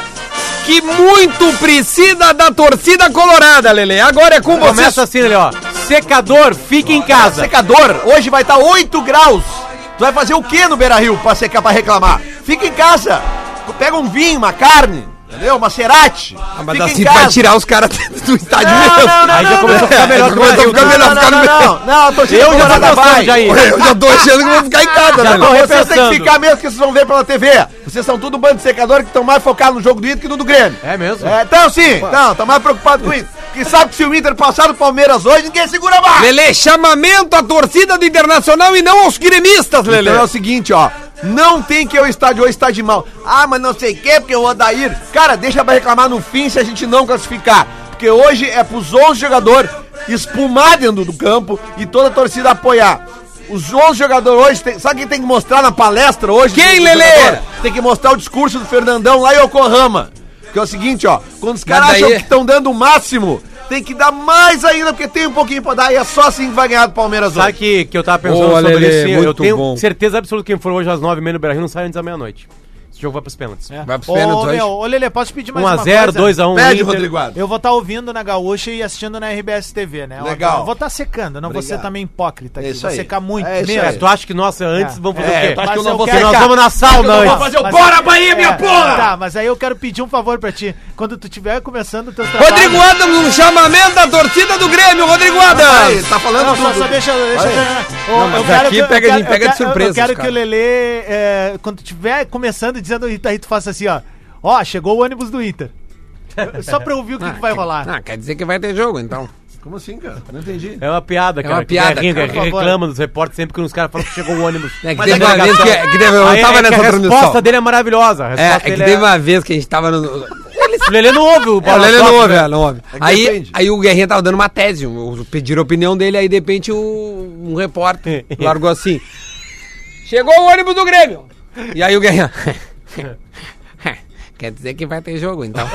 Speaker 1: que muito precisa da torcida colorada, Lelê. Agora é com você.
Speaker 4: Começa assim, ali, ó. Secador, fique em casa.
Speaker 2: Secador, hoje vai estar 8 graus. Tu vai fazer o que no Beira Rio pra secar, pra reclamar? Fica em casa. Pega um vinho, uma carne, entendeu? Uma cerate.
Speaker 1: Ah, mas assim vai tirar os caras do estádio mesmo.
Speaker 4: Aí já começou a ficar melhor
Speaker 1: É,
Speaker 4: que o
Speaker 1: começou a
Speaker 4: Brasil.
Speaker 1: ficar melhor, ficar
Speaker 2: Não,
Speaker 1: melhor.
Speaker 2: não, não, não, a torcida
Speaker 1: Então
Speaker 4: Eu já
Speaker 2: colorada
Speaker 4: tô gostando,
Speaker 2: vai.
Speaker 4: Jair.
Speaker 1: Eu já tô achando que vou ficar em casa,
Speaker 4: Já
Speaker 1: né?
Speaker 4: tô
Speaker 1: Lelê?
Speaker 2: Vocês têm
Speaker 4: repensando.
Speaker 2: que ficar mesmo que vocês vão ver pela TV. Vocês são tudo um bando de secador que estão mais focados no jogo do Inter que no do Grêmio.
Speaker 4: É mesmo?
Speaker 2: É, então sim, então, tá mais preocupado com isso. Porque sabe que se o Inter passar do Palmeiras hoje, ninguém segura mais.
Speaker 1: Lelê, chamamento à torcida do Internacional e não aos gremistas, Lelê.
Speaker 2: Então é o seguinte, ó. Não tem que ir ao estádio hoje estádio de mal. Ah, mas não sei o que, porque o Odair. Cara, deixa pra reclamar no fim se a gente não classificar. Porque hoje é pros 11 jogadores espumar dentro do campo e toda a torcida apoiar. Os 11 jogadores hoje, tem, sabe quem tem que mostrar na palestra hoje?
Speaker 1: Quem,
Speaker 2: do- do
Speaker 1: Lelê?
Speaker 2: jogador? Tem que mostrar o discurso do Fernandão lá em Yokohama. Que é o seguinte, ó. Quando os caras
Speaker 1: Mas daí-
Speaker 2: acham que estão dando o máximo, tem que dar mais ainda, porque tem um pouquinho pra dar e é só assim que vai ganhar do Palmeiras
Speaker 4: Sabe
Speaker 2: hoje.
Speaker 4: que, que eu tava pensando
Speaker 1: Boa,
Speaker 4: sobre
Speaker 1: Lelê,
Speaker 4: isso? sim, eu
Speaker 1: muito
Speaker 4: tenho
Speaker 1: bom.
Speaker 4: certeza absoluta que quem for hoje às 9h30 no Brasil não sai antes da meia-noite. Esse jogo vai pros pênaltis.
Speaker 5: É.
Speaker 1: Vai pros
Speaker 5: Ô,
Speaker 1: pênaltis hoje.
Speaker 5: meu, Ô, Lelê, posso pedir mais uma
Speaker 4: 1x0,
Speaker 5: coisa?
Speaker 4: 2x1.
Speaker 2: Pede,
Speaker 4: Inter.
Speaker 2: Rodrigo. Adams.
Speaker 5: Eu vou estar ouvindo na Gaúcha e assistindo na RBS TV, né?
Speaker 2: Legal.
Speaker 5: Eu vou estar secando, não vou ser
Speaker 2: Obrigado.
Speaker 5: também hipócrita aqui.
Speaker 2: É isso
Speaker 5: vou
Speaker 2: aí.
Speaker 5: secar muito.
Speaker 2: É isso
Speaker 5: mesmo.
Speaker 4: É, tu acha que, nossa, antes
Speaker 5: É.
Speaker 4: vamos fazer
Speaker 2: É,
Speaker 4: o
Speaker 2: tu acha
Speaker 4: quê?
Speaker 2: que eu
Speaker 5: Mas
Speaker 2: não
Speaker 5: eu
Speaker 2: vou
Speaker 5: quero-
Speaker 2: secar?
Speaker 4: Nós vamos na sauna
Speaker 5: Eu vou
Speaker 4: antes.
Speaker 5: fazer o
Speaker 2: Mas-
Speaker 5: Bora Bahia, minha porra! Tá, mas aí eu quero pedir um favor pra ti. Quando tu tiver começando o teu trabalho...
Speaker 1: Rodrigo Adams, um chamamento à torcida do Grêmio, Rodrigo
Speaker 2: Aí,
Speaker 1: Adams.
Speaker 2: tá falando
Speaker 5: Não,
Speaker 2: tudo.
Speaker 5: só, só deixa, deixa
Speaker 2: Vai.
Speaker 5: eu terminar. Ô,
Speaker 1: Não, mas
Speaker 5: eu quero
Speaker 1: aqui
Speaker 5: que- eu
Speaker 1: pega de-
Speaker 5: quero- eu
Speaker 1: pega de
Speaker 5: quero-
Speaker 1: surpresa,
Speaker 5: Eu quero
Speaker 1: cara.
Speaker 5: que o Lelê, é, quando tiver começando dizendo o Itaí, tu faça assim, ó. Ó, chegou o ônibus do Inter. Só pra eu ouvir o que, que vai rolar.
Speaker 1: Ah, quer dizer que vai ter jogo, então.
Speaker 2: Como assim, cara? Não entendi.
Speaker 4: É uma piada, cara.
Speaker 1: uma
Speaker 4: que o
Speaker 1: piada,
Speaker 4: Guerrinha
Speaker 1: cara,
Speaker 4: Guerrinha
Speaker 5: por favor.
Speaker 4: reclama dos repórteres sempre que os caras falam que chegou o ônibus.
Speaker 1: É que
Speaker 4: Mas
Speaker 1: teve
Speaker 4: a
Speaker 1: uma vez
Speaker 4: delegação-
Speaker 1: que, que teve- eu
Speaker 4: Aí,
Speaker 1: tava
Speaker 4: é que
Speaker 1: nessa
Speaker 4: a resposta
Speaker 1: transmissão.
Speaker 4: dele é maravilhosa.
Speaker 1: É,
Speaker 5: Tá
Speaker 4: A
Speaker 1: é
Speaker 4: resposta
Speaker 1: que
Speaker 4: dele
Speaker 1: teve uma vez que a gente tava no...
Speaker 4: O Lelê não ouve o
Speaker 1: É, o
Speaker 4: Paulo
Speaker 1: Lelê
Speaker 4: Autuori,
Speaker 1: não ouve,
Speaker 4: né?
Speaker 1: é, não ouve.
Speaker 2: É que
Speaker 1: Aí,
Speaker 2: depende.
Speaker 1: aí o Guerrinha tava dando uma tese, um- um- pediram a opinião dele, aí de repente o- um repórter largou assim. Chegou o ônibus do Grêmio! E aí o Guerrinha. Quer dizer que vai ter jogo, então.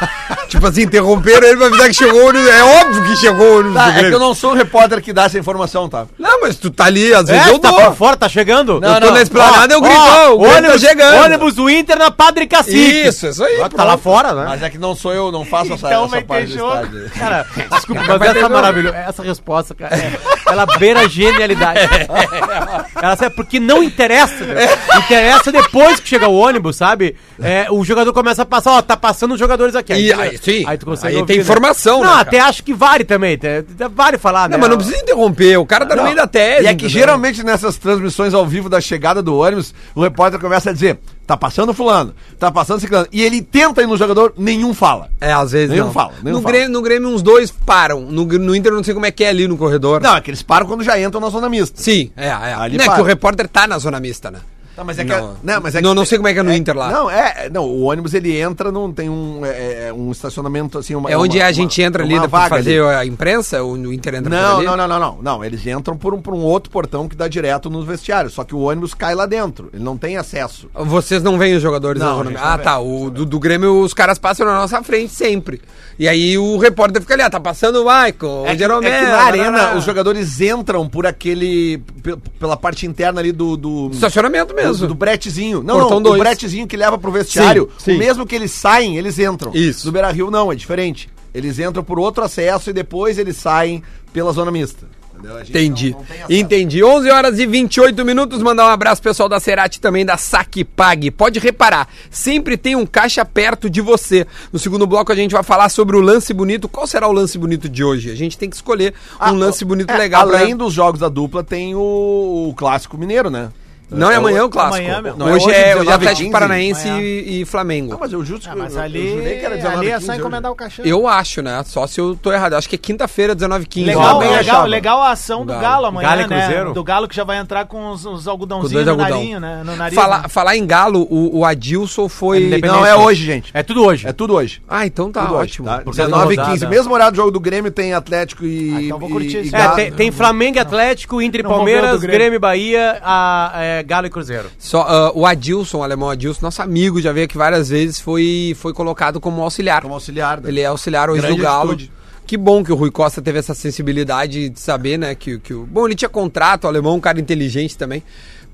Speaker 1: tipo assim, interromperam ele pra avisar que chegou o ônibus. É óbvio que chegou o ônibus. do
Speaker 2: Tá, é que
Speaker 1: Grêmio.
Speaker 2: eu não sou o repórter que dá essa informação, tá?
Speaker 1: Não, mas tu tá ali, às vezes
Speaker 4: É,
Speaker 1: eu
Speaker 4: tá
Speaker 1: dou.
Speaker 4: pra fora, tá chegando?
Speaker 1: eu tô na esplanada, eu grito, ó, o Grêmio tá
Speaker 4: ônibus,
Speaker 1: chegando.
Speaker 4: ônibus do Inter na Padre Cacique.
Speaker 1: Isso, isso aí.
Speaker 4: Ó, tá lá fora, né?
Speaker 2: Mas é que não sou eu, não faço essa,
Speaker 5: Então vai
Speaker 2: essa parte
Speaker 5: ter
Speaker 2: do
Speaker 5: jogo.
Speaker 2: estádio.
Speaker 4: Cara, desculpa, mas essa é maravilhosa. Essa resposta, cara, é- ela beira a genialidade.
Speaker 1: É.
Speaker 4: Ela sabe, porque não interessa. meu. Interessa depois que chega o ônibus, sabe? É, o jogador começa a passar, ó, tá passando os jogadores aqui.
Speaker 1: E aí, sim.
Speaker 4: aí tu consegue
Speaker 1: Aí tem
Speaker 4: né?
Speaker 1: informação, né,
Speaker 4: Não,
Speaker 1: cara?
Speaker 4: até acho que vale também. Até, até vale falar, né?
Speaker 1: Não, mas não precisa interromper. O cara tá no meio da tese.
Speaker 2: E é que
Speaker 1: entendeu?
Speaker 2: geralmente nessas transmissões ao vivo da chegada do ônibus, o repórter começa a dizer: tá passando fulano, tá passando ciclano. E ele tenta ir no jogador, nenhum fala.
Speaker 1: É, às vezes
Speaker 2: Nenhum
Speaker 1: não.
Speaker 2: fala, nenhum
Speaker 1: no,
Speaker 2: fala.
Speaker 1: Grêmio, no Grêmio uns dois param. No, no Inter eu não sei como é que é ali no corredor.
Speaker 2: Não, é que eles param quando já entram na zona mista.
Speaker 1: Sim, é, é. Ali
Speaker 2: Ali
Speaker 1: não é
Speaker 2: para.
Speaker 1: que o repórter tá na zona mista, né?
Speaker 2: Tá, mas é
Speaker 1: Não.
Speaker 2: que, não, mas é
Speaker 1: Não, não sei como é que é no Inter lá.
Speaker 2: Não, é, não, o ônibus ele entra num tem um é, é, um estacionamento assim, uma
Speaker 1: É onde
Speaker 2: uma-
Speaker 1: a gente
Speaker 2: uma-
Speaker 1: entra ali
Speaker 2: uma
Speaker 1: pra
Speaker 2: vaga ali.
Speaker 1: fazer a imprensa? Ou no Inter entra Tá por
Speaker 2: Não,
Speaker 1: ali?
Speaker 2: não, não, não, não, não. Eles entram por um, por um outro portão que dá direto no vestiário. Só que o ônibus cai lá dentro. Ele não tem acesso.
Speaker 1: Vocês não veem os jogadores
Speaker 2: Não,
Speaker 1: na zona
Speaker 2: a gente
Speaker 1: Ah,
Speaker 2: não
Speaker 1: tá. O do, do Grêmio, os caras passam na nossa frente sempre. E aí o repórter fica ali, ah, tá passando o Michael,
Speaker 2: É
Speaker 1: o
Speaker 2: que,
Speaker 1: Jeromel.
Speaker 2: é que na
Speaker 1: blá, blá,
Speaker 2: arena
Speaker 1: blá.
Speaker 2: os jogadores entram por aquele. pe- pela parte interna ali do. do
Speaker 1: Estacionamento mesmo.
Speaker 2: do, do bretezinho. Não,
Speaker 1: é Portão
Speaker 2: não,
Speaker 1: dois.
Speaker 2: o bretezinho que leva pro vestiário.
Speaker 1: Sim, sim.
Speaker 2: O mesmo que eles saem, eles entram.
Speaker 1: Isso.
Speaker 2: Do Beira Rio não, é diferente. Eles entram por outro acesso e depois eles saem pela zona mista. Entendeu? A gente
Speaker 1: Entendi.
Speaker 2: não- não tem acesso.
Speaker 1: Entendi. 11 horas e 28 minutos. Mandar um abraço pessoal da Cerati também, da Saque Pague. Pode reparar, sempre tem um caixa perto de você. No segundo bloco a gente vai falar sobre o lance bonito. Qual será o lance bonito de hoje? A gente tem que escolher um lance bonito
Speaker 2: É,
Speaker 1: legal. né?
Speaker 2: Além
Speaker 1: pra-
Speaker 2: dos jogos da dupla, tem o, o clássico mineiro, né?
Speaker 1: Não é amanhã o clássico.
Speaker 5: Amanhã, meu.
Speaker 1: Não, hoje,
Speaker 2: Hoje
Speaker 1: é,
Speaker 2: é
Speaker 1: hoje é Atlético
Speaker 2: 19h15.
Speaker 1: Paranaense
Speaker 5: Amanhã.
Speaker 1: e, e Flamengo.
Speaker 2: Ah, mas eu justo
Speaker 5: Ah, mas
Speaker 2: eu,
Speaker 5: ali,
Speaker 2: eu jurei que era 19
Speaker 5: ali é só
Speaker 2: 15 hoje.
Speaker 5: encomendar o caixão.
Speaker 1: Eu acho, né? Só se eu tô errado. Eu acho que é quinta-feira, 19h15.
Speaker 5: Legal,
Speaker 2: também
Speaker 5: legal,
Speaker 2: achava.
Speaker 5: legal a ação do
Speaker 1: Galo.
Speaker 5: Galo, amanhã,
Speaker 4: Galo e
Speaker 5: né?
Speaker 4: Cruzeiro?
Speaker 5: Do Galo que já vai entrar com os, os
Speaker 1: Com
Speaker 5: algodãozinhos
Speaker 1: dois
Speaker 5: no
Speaker 1: algodão.
Speaker 5: narinho, né? No nariz. né?
Speaker 1: Falar, falar em Galo, o, o Adilson foi.
Speaker 4: Independente.
Speaker 2: Não, é hoje, gente.
Speaker 4: É tudo hoje.
Speaker 2: É tudo hoje.
Speaker 1: Ah, então tá
Speaker 2: Tudo hoje,
Speaker 1: ótimo.
Speaker 2: tá?
Speaker 4: Por causa da
Speaker 2: 19 e
Speaker 4: rodada.
Speaker 2: 15. Mesmo horário do jogo do Grêmio tem Atlético e.
Speaker 5: Ah, então eu vou curtir
Speaker 2: e- e
Speaker 5: esse
Speaker 4: É,
Speaker 5: Galo.
Speaker 2: Galo. né?
Speaker 4: tem, tem Flamengo, e Atlético, Inter e
Speaker 5: Não, Romeu
Speaker 4: Palmeiras,
Speaker 5: do Grêmio.
Speaker 4: Grêmio e Bahia, a- é, Galo e Cruzeiro.
Speaker 1: Só, ah, o Adilson, o alemão Adilson, nosso amigo, já veio aqui várias vezes, foi, foi colocado como auxiliar.
Speaker 2: Como auxiliar. né?
Speaker 1: Ele é auxiliar hoje
Speaker 2: Grande
Speaker 1: do Galo.
Speaker 2: atitude.
Speaker 1: Que bom que o Rui Costa teve essa sensibilidade de saber, né? Que, que o... Bom, ele tinha contrato, o alemão, um cara inteligente também.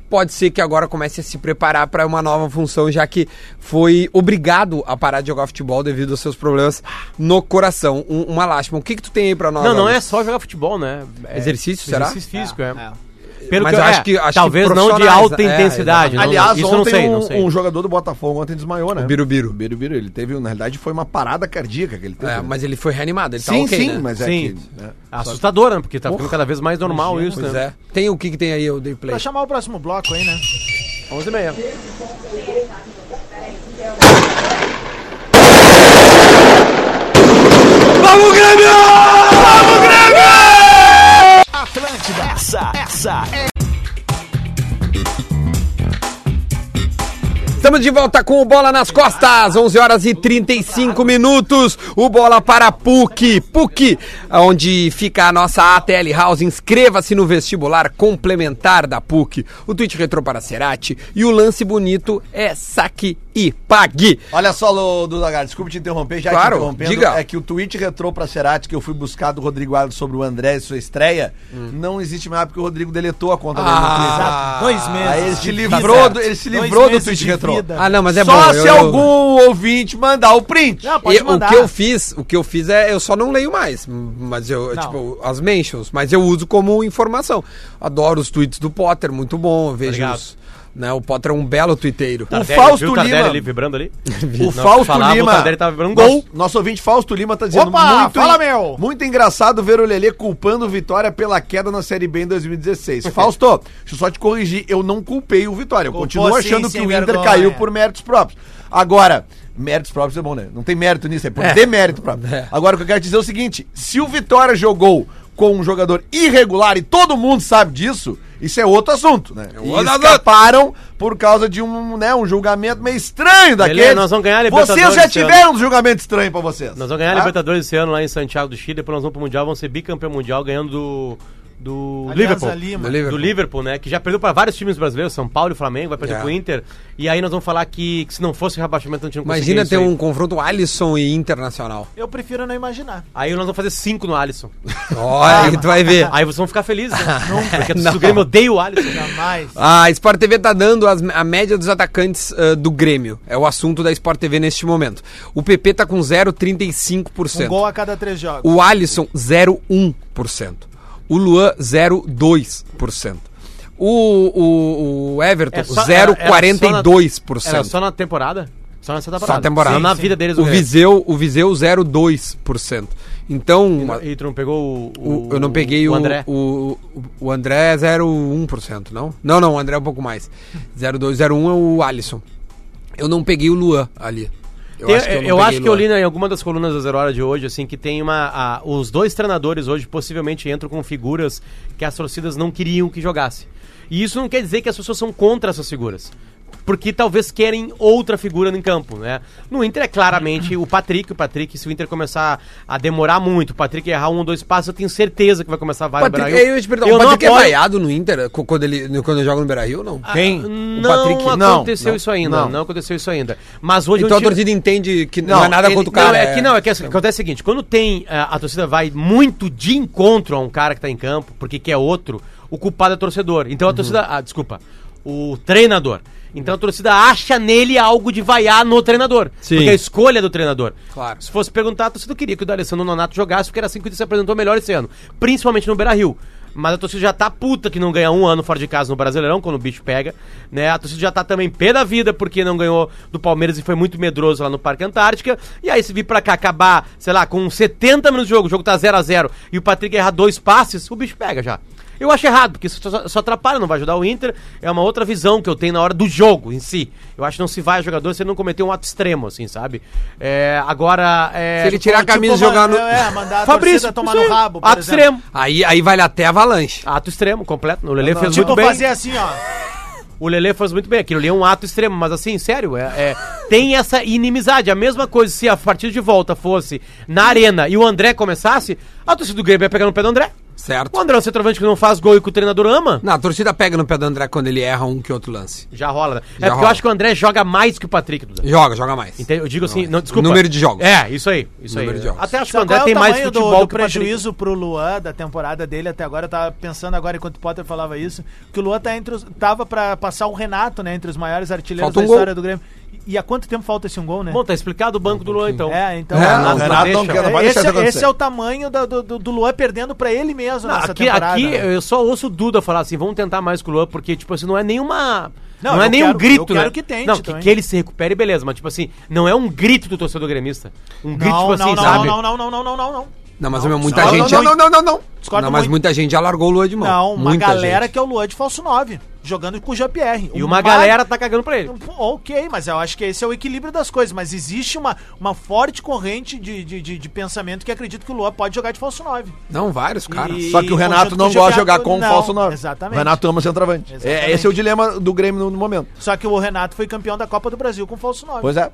Speaker 1: Pode ser que agora comece a se preparar para uma nova função, já que foi obrigado a parar de jogar futebol devido aos seus problemas no coração. Um- uma lástima. O que que tu tem aí pra nós?
Speaker 4: Não, não
Speaker 1: Alex?
Speaker 4: é só jogar futebol, né? É-
Speaker 1: Ah, Exercício, será? Ah.
Speaker 4: Exercício físico, é.
Speaker 5: É.
Speaker 4: Pelo
Speaker 1: Mas
Speaker 4: que eu
Speaker 1: eu acho
Speaker 4: é,
Speaker 1: que- acho que
Speaker 4: talvez não de
Speaker 1: profissionais,
Speaker 4: alta
Speaker 1: é,
Speaker 4: intensidade. não-
Speaker 2: Aliás,
Speaker 4: isso
Speaker 2: ontem
Speaker 4: eu não sei,
Speaker 2: um,
Speaker 4: não sei.
Speaker 2: um jogador do Botafogo ontem desmaiou, né?
Speaker 1: O Birubiru.
Speaker 2: O Birubiru, ele teve, na realidade, foi uma parada cardíaca que ele teve.
Speaker 1: É,
Speaker 2: né?
Speaker 1: mas ele foi reanimado, ele
Speaker 2: sim,
Speaker 1: tá ok,
Speaker 2: sim,
Speaker 1: né?
Speaker 2: mas é
Speaker 4: Sim.
Speaker 2: que. né?
Speaker 4: Assustador, né? Porque tá ficando cada vez mais normal isso,
Speaker 1: Pois
Speaker 4: né?
Speaker 1: é. Tem o que que tem aí, o Day Play?
Speaker 5: Pra chamar o próximo bloco aí, né?
Speaker 4: 11 e meia.
Speaker 1: Vamos, Grêmio!
Speaker 6: Essa, essa é.
Speaker 1: Estamos de volta com o Bola nas Costas, 11 horas e 35 minutos. O Bola para PUC, PUC, onde fica a nossa ATL House. Inscreva-se no vestibular complementar da PUC. O tweet retrô para Cerati e o lance bonito é saque e pague.
Speaker 2: Olha só, Lô- Duda Lagarde, desculpa te interromper, já
Speaker 1: Claro,
Speaker 2: te interrompendo.
Speaker 1: diga.
Speaker 2: É que o tweet retrô pra Cerati que eu fui buscar do Rodrigo Alves sobre o André e sua estreia, não existe mais porque o Rodrigo deletou a conta dele no Twitter.
Speaker 1: é.
Speaker 5: Exato. Dois meses. Tá
Speaker 2: Aí Ah, ele
Speaker 5: de
Speaker 2: se
Speaker 5: vida.
Speaker 2: livrou, do, ele se
Speaker 5: Dois
Speaker 2: livrou do
Speaker 5: meses
Speaker 2: tweet
Speaker 5: de
Speaker 2: retrô.
Speaker 5: vida.
Speaker 1: Ah, não, mas é
Speaker 2: Só
Speaker 1: bom.
Speaker 2: se
Speaker 1: eu- eu-
Speaker 2: algum ouvinte mandar o print.
Speaker 5: Não, Ah, pode
Speaker 1: E
Speaker 5: mandar.
Speaker 1: O que eu fiz, o que eu fiz é, eu só não leio mais, m- mas eu,
Speaker 5: Não.
Speaker 1: tipo, as mentions, mas eu uso como informação. Adoro os tweets do Potter, muito bom, eu vejo
Speaker 4: Obrigado.
Speaker 1: os, né, o Potter é um belo twitteiro.
Speaker 5: Tá
Speaker 2: O
Speaker 4: Tardelli,
Speaker 2: Fausto
Speaker 4: viu Tardelli
Speaker 2: Lima.
Speaker 4: ali vibrando ali?
Speaker 2: O
Speaker 4: Não,
Speaker 2: Fausto
Speaker 4: falava,
Speaker 2: Lima.
Speaker 4: o Tardelli tava virando
Speaker 2: Nosso-
Speaker 4: gol.
Speaker 2: Nosso ouvinte Fausto Lima tá dizendo
Speaker 5: Opa,
Speaker 2: muito,
Speaker 5: fala, meu.
Speaker 2: muito engraçado ver o Lelê culpando o Vitória pela queda na Série B em 2016. Fausto, deixa eu só te corrigir, eu não culpei o Vitória. Eu
Speaker 5: Culpou
Speaker 2: continuo
Speaker 5: sim,
Speaker 2: achando que
Speaker 5: sem
Speaker 2: o Inter
Speaker 5: vergonha.
Speaker 2: caiu por méritos próprios. Agora, méritos próprios é bom, né? Não tem mérito nisso, é por demérito próprio. Agora o que eu quero dizer é o seguinte, se o Vitória jogou com um jogador irregular e todo mundo sabe disso, isso é outro assunto, né? E
Speaker 1: outro
Speaker 2: escaparam por causa de um, né, um julgamento meio estranho daquele.
Speaker 4: nós vamos ganhar
Speaker 2: Tá
Speaker 4: a
Speaker 2: Vocês
Speaker 4: Libertadores
Speaker 2: já
Speaker 4: esse ano.
Speaker 2: tiveram um julgamento estranho pra vocês.
Speaker 1: Ah?
Speaker 4: Nós vamos ganhar a
Speaker 2: tá?
Speaker 4: Libertadores esse ano lá em Santiago do Chile, depois nós vamos pro Mundial, vamos ser bicampeão mundial ganhando do, do
Speaker 5: Alianza
Speaker 4: Liverpool.
Speaker 5: Lima.
Speaker 1: Do Liverpool.
Speaker 4: Do Liverpool, né? Que já perdeu para vários times brasileiros, São Paulo e Flamengo, vai perder
Speaker 1: É.
Speaker 4: pro Inter. E aí nós vamos falar que, que se não fosse o rebaixamento, a gente não
Speaker 1: Imagina ter
Speaker 4: conseguiria isso
Speaker 1: um confronto Alisson e Internacional.
Speaker 5: Eu prefiro não imaginar.
Speaker 4: Aí Aí nós vamos fazer cinco no Alisson.
Speaker 1: Olha que tu vai ver.
Speaker 4: É. aí vocês vão ficar felizes, né? Porque
Speaker 1: Não.
Speaker 4: o Grêmio odeia o Alisson. né?
Speaker 5: Jamais.
Speaker 1: A Sport TV tá dando as- a média dos atacantes ah, do Grêmio. É o assunto da Sport TV neste momento. O PP tá com
Speaker 5: Um
Speaker 1: 0,35%.
Speaker 5: gol a cada três jogos.
Speaker 1: O Alisson, 0,1%. O Luan, 0,2%. O, o, o Everton,
Speaker 4: É só- Era
Speaker 1: 0,42%.
Speaker 4: só na temporada? Só nessa temporada.
Speaker 1: Só a temporada.
Speaker 4: Só na vida deles.
Speaker 1: o
Speaker 4: Grêmio.
Speaker 1: Viseu, o Viseu 0,2%. Então, uma-
Speaker 4: E tu não pegou o,
Speaker 1: o- eu não peguei o,
Speaker 4: André.
Speaker 1: O, o, o André é 0,1%, não? Não, não, o André é um pouco mais. 0,2, 0,1 é o Alisson. Eu não peguei o Luan ali.
Speaker 4: Tem- Eu acho que eu,
Speaker 1: não peguei Luan.
Speaker 4: li né, em alguma das colunas da Zero Hora de hoje, assim, que tem uma. a- os dois treinadores hoje possivelmente entram com figuras que as torcidas não queriam que jogasse. E isso não quer dizer que as pessoas são contra essas figuras. Porque talvez querem outra figura no campo, né? No Inter é claramente o Patrick. O Patrick, se o Inter começar a demorar muito, o Patrick errar um ou dois passos, eu tenho certeza que vai começar a valer
Speaker 1: Patrick,
Speaker 4: Braga.
Speaker 1: eu, ia te perguntar,
Speaker 4: Eu
Speaker 1: o
Speaker 4: não
Speaker 1: Patrick é
Speaker 4: apoio-
Speaker 1: vaiado no Inter co- quando ele, quando ele joga no Beira-Rio, não?
Speaker 2: Quem?
Speaker 4: Não aconteceu isso ainda. Não. aconteceu isso ainda. Mas hoje
Speaker 1: Então a
Speaker 4: é um time-
Speaker 1: torcida entende que não, é nada
Speaker 4: ele-
Speaker 1: contra o cara.
Speaker 4: Não, é, que não, é que assim, acontece o seguinte, quando tem ah, a, torcida vai muito de encontro a um cara que tá em campo, porque quer outro, o culpado é o torcedor. Então a
Speaker 1: Uhum.
Speaker 4: torcida, ah, desculpa, o treinador. Então a torcida acha nele algo de vaiar no treinador.
Speaker 1: Sim.
Speaker 4: Porque a escolha é do treinador.
Speaker 1: Claro.
Speaker 4: Se fosse perguntar, a torcida queria que o D'Alessandro Nonato jogasse, porque era assim que ele se apresentou melhor esse ano. Principalmente no Beira-Rio. Mas a torcida já tá puta que não ganha um ano fora de casa no Brasileirão, quando o bicho pega, né? A torcida já tá também pé da vida, porque não ganhou do Palmeiras e foi muito medroso lá no Parque Antártica. E aí se vir pra cá acabar, sei lá, com 70 minutos de jogo, o jogo tá 0 a 0 e o Patrick errar dois passes, o bicho pega já. Eu acho errado, porque isso só, só atrapalha, não vai ajudar o Inter. É uma outra visão que eu tenho na hora do jogo em si. Eu acho que não se vai a jogador se ele não cometer um ato extremo, assim, sabe? É, agora. é,
Speaker 1: Se ele tirar a camisa e
Speaker 5: Tipo,
Speaker 1: jogar no.
Speaker 5: ma- É, mandar a
Speaker 4: Fabrício,
Speaker 5: torcida tomar
Speaker 4: isso
Speaker 5: no
Speaker 4: aí,
Speaker 5: rabo, por
Speaker 4: Ato
Speaker 5: exemplo.
Speaker 4: extremo.
Speaker 1: Aí, aí vai até avalanche.
Speaker 4: Ato extremo, completo. O Lelê fez
Speaker 5: Tipo,
Speaker 4: muito bem.
Speaker 5: fazer assim, ó.
Speaker 4: O Lelê fez muito bem. Aquilo ali é um ato extremo, mas assim, sério, é, é- tem essa inimizade. A mesma coisa se a partida de volta fosse na arena e o André começasse, a torcida do Grêmio ia pegar no pé do André.
Speaker 1: Certo.
Speaker 4: O André é um centroavante que não faz gol e que o treinador ama.
Speaker 1: Não, a torcida pega no pé do André quando ele erra um que outro lance.
Speaker 4: Já rola. né?
Speaker 1: Já
Speaker 4: é porque eu
Speaker 1: rola.
Speaker 4: acho que o André joga mais que o Patrick, Duda.
Speaker 1: Joga, joga mais.
Speaker 4: Entende? Eu digo assim, não, desculpa.
Speaker 1: é. Número de jogos.
Speaker 4: É, isso aí. Isso aí.
Speaker 1: Número de jogos.
Speaker 4: Até acho que o
Speaker 5: Só
Speaker 4: André
Speaker 5: qual é
Speaker 4: tem
Speaker 5: o
Speaker 4: mais
Speaker 5: tamanho do-
Speaker 4: futebol
Speaker 5: do
Speaker 4: que o Patrick.
Speaker 5: prejuízo pro Luan da temporada dele até agora. Eu tava pensando agora enquanto o Potter falava isso, que o Luan tá entre os, tava pra passar o Renato, né, entre os maiores artilheiros
Speaker 1: Falta um
Speaker 5: da história do Grêmio. E, e há quanto tempo falta esse um gol, né?
Speaker 4: Bom, tá explicado o banco do Luan, então.
Speaker 5: É, então.
Speaker 1: É,
Speaker 5: É,
Speaker 1: não,
Speaker 5: não,
Speaker 4: Renato
Speaker 5: não
Speaker 4: não
Speaker 5: deixa.
Speaker 4: quer,
Speaker 2: não vai
Speaker 5: esse,
Speaker 2: deixar isso
Speaker 5: esse
Speaker 2: acontecer.
Speaker 5: é o tamanho da- do, do, do Luan perdendo pra ele mesmo nessa
Speaker 4: aqui,
Speaker 5: temporada.
Speaker 4: aqui
Speaker 5: né?
Speaker 4: eu só ouço o Duda falar assim, vamos tentar mais com o Luan, porque, tipo assim, não é nenhuma...
Speaker 5: Não,
Speaker 4: Não, é
Speaker 5: eu
Speaker 4: nenhum
Speaker 5: quero-
Speaker 4: grito,
Speaker 5: eu quero
Speaker 4: né?
Speaker 5: que tente
Speaker 4: Não, que,
Speaker 5: também.
Speaker 4: que ele se recupere, beleza, mas, tipo assim, não é um grito do torcedor gremista. Um grito, tipo
Speaker 5: Não,
Speaker 4: assim,
Speaker 5: não, não,
Speaker 4: sabe?
Speaker 5: não, não, não, não, não, não, não.
Speaker 1: Não, mas meu, muita
Speaker 5: não,
Speaker 1: gente.
Speaker 5: não, não,
Speaker 1: não.
Speaker 5: Discordo
Speaker 1: Não, mas
Speaker 5: muito.
Speaker 1: muita gente já largou o Lua de mão.
Speaker 5: Não, uma
Speaker 1: muita
Speaker 5: galera
Speaker 1: gente.
Speaker 5: que é o Luan de falso 9, jogando com o Jean-Pierre.
Speaker 4: E uma galera tá cagando pra ele.
Speaker 5: Ok, mas eu acho que esse é o equilíbrio das coisas. Mas existe uma, uma forte corrente de, de, de, de pensamento que acredita que o Luan pode jogar de falso 9.
Speaker 1: Não, vários, cara.
Speaker 5: E-
Speaker 2: Só que o Renato
Speaker 5: conjunto
Speaker 2: não
Speaker 5: com o
Speaker 2: gosta de
Speaker 5: Gilberto,
Speaker 2: jogar com o
Speaker 5: não,
Speaker 2: falso 9.
Speaker 5: exatamente.
Speaker 2: O Renato ama centroavante. É,
Speaker 5: Exatamente.
Speaker 2: esse é o dilema do Grêmio no, no momento.
Speaker 5: Só que o Renato foi campeão da Copa do Brasil com falso 9.
Speaker 2: Pois é.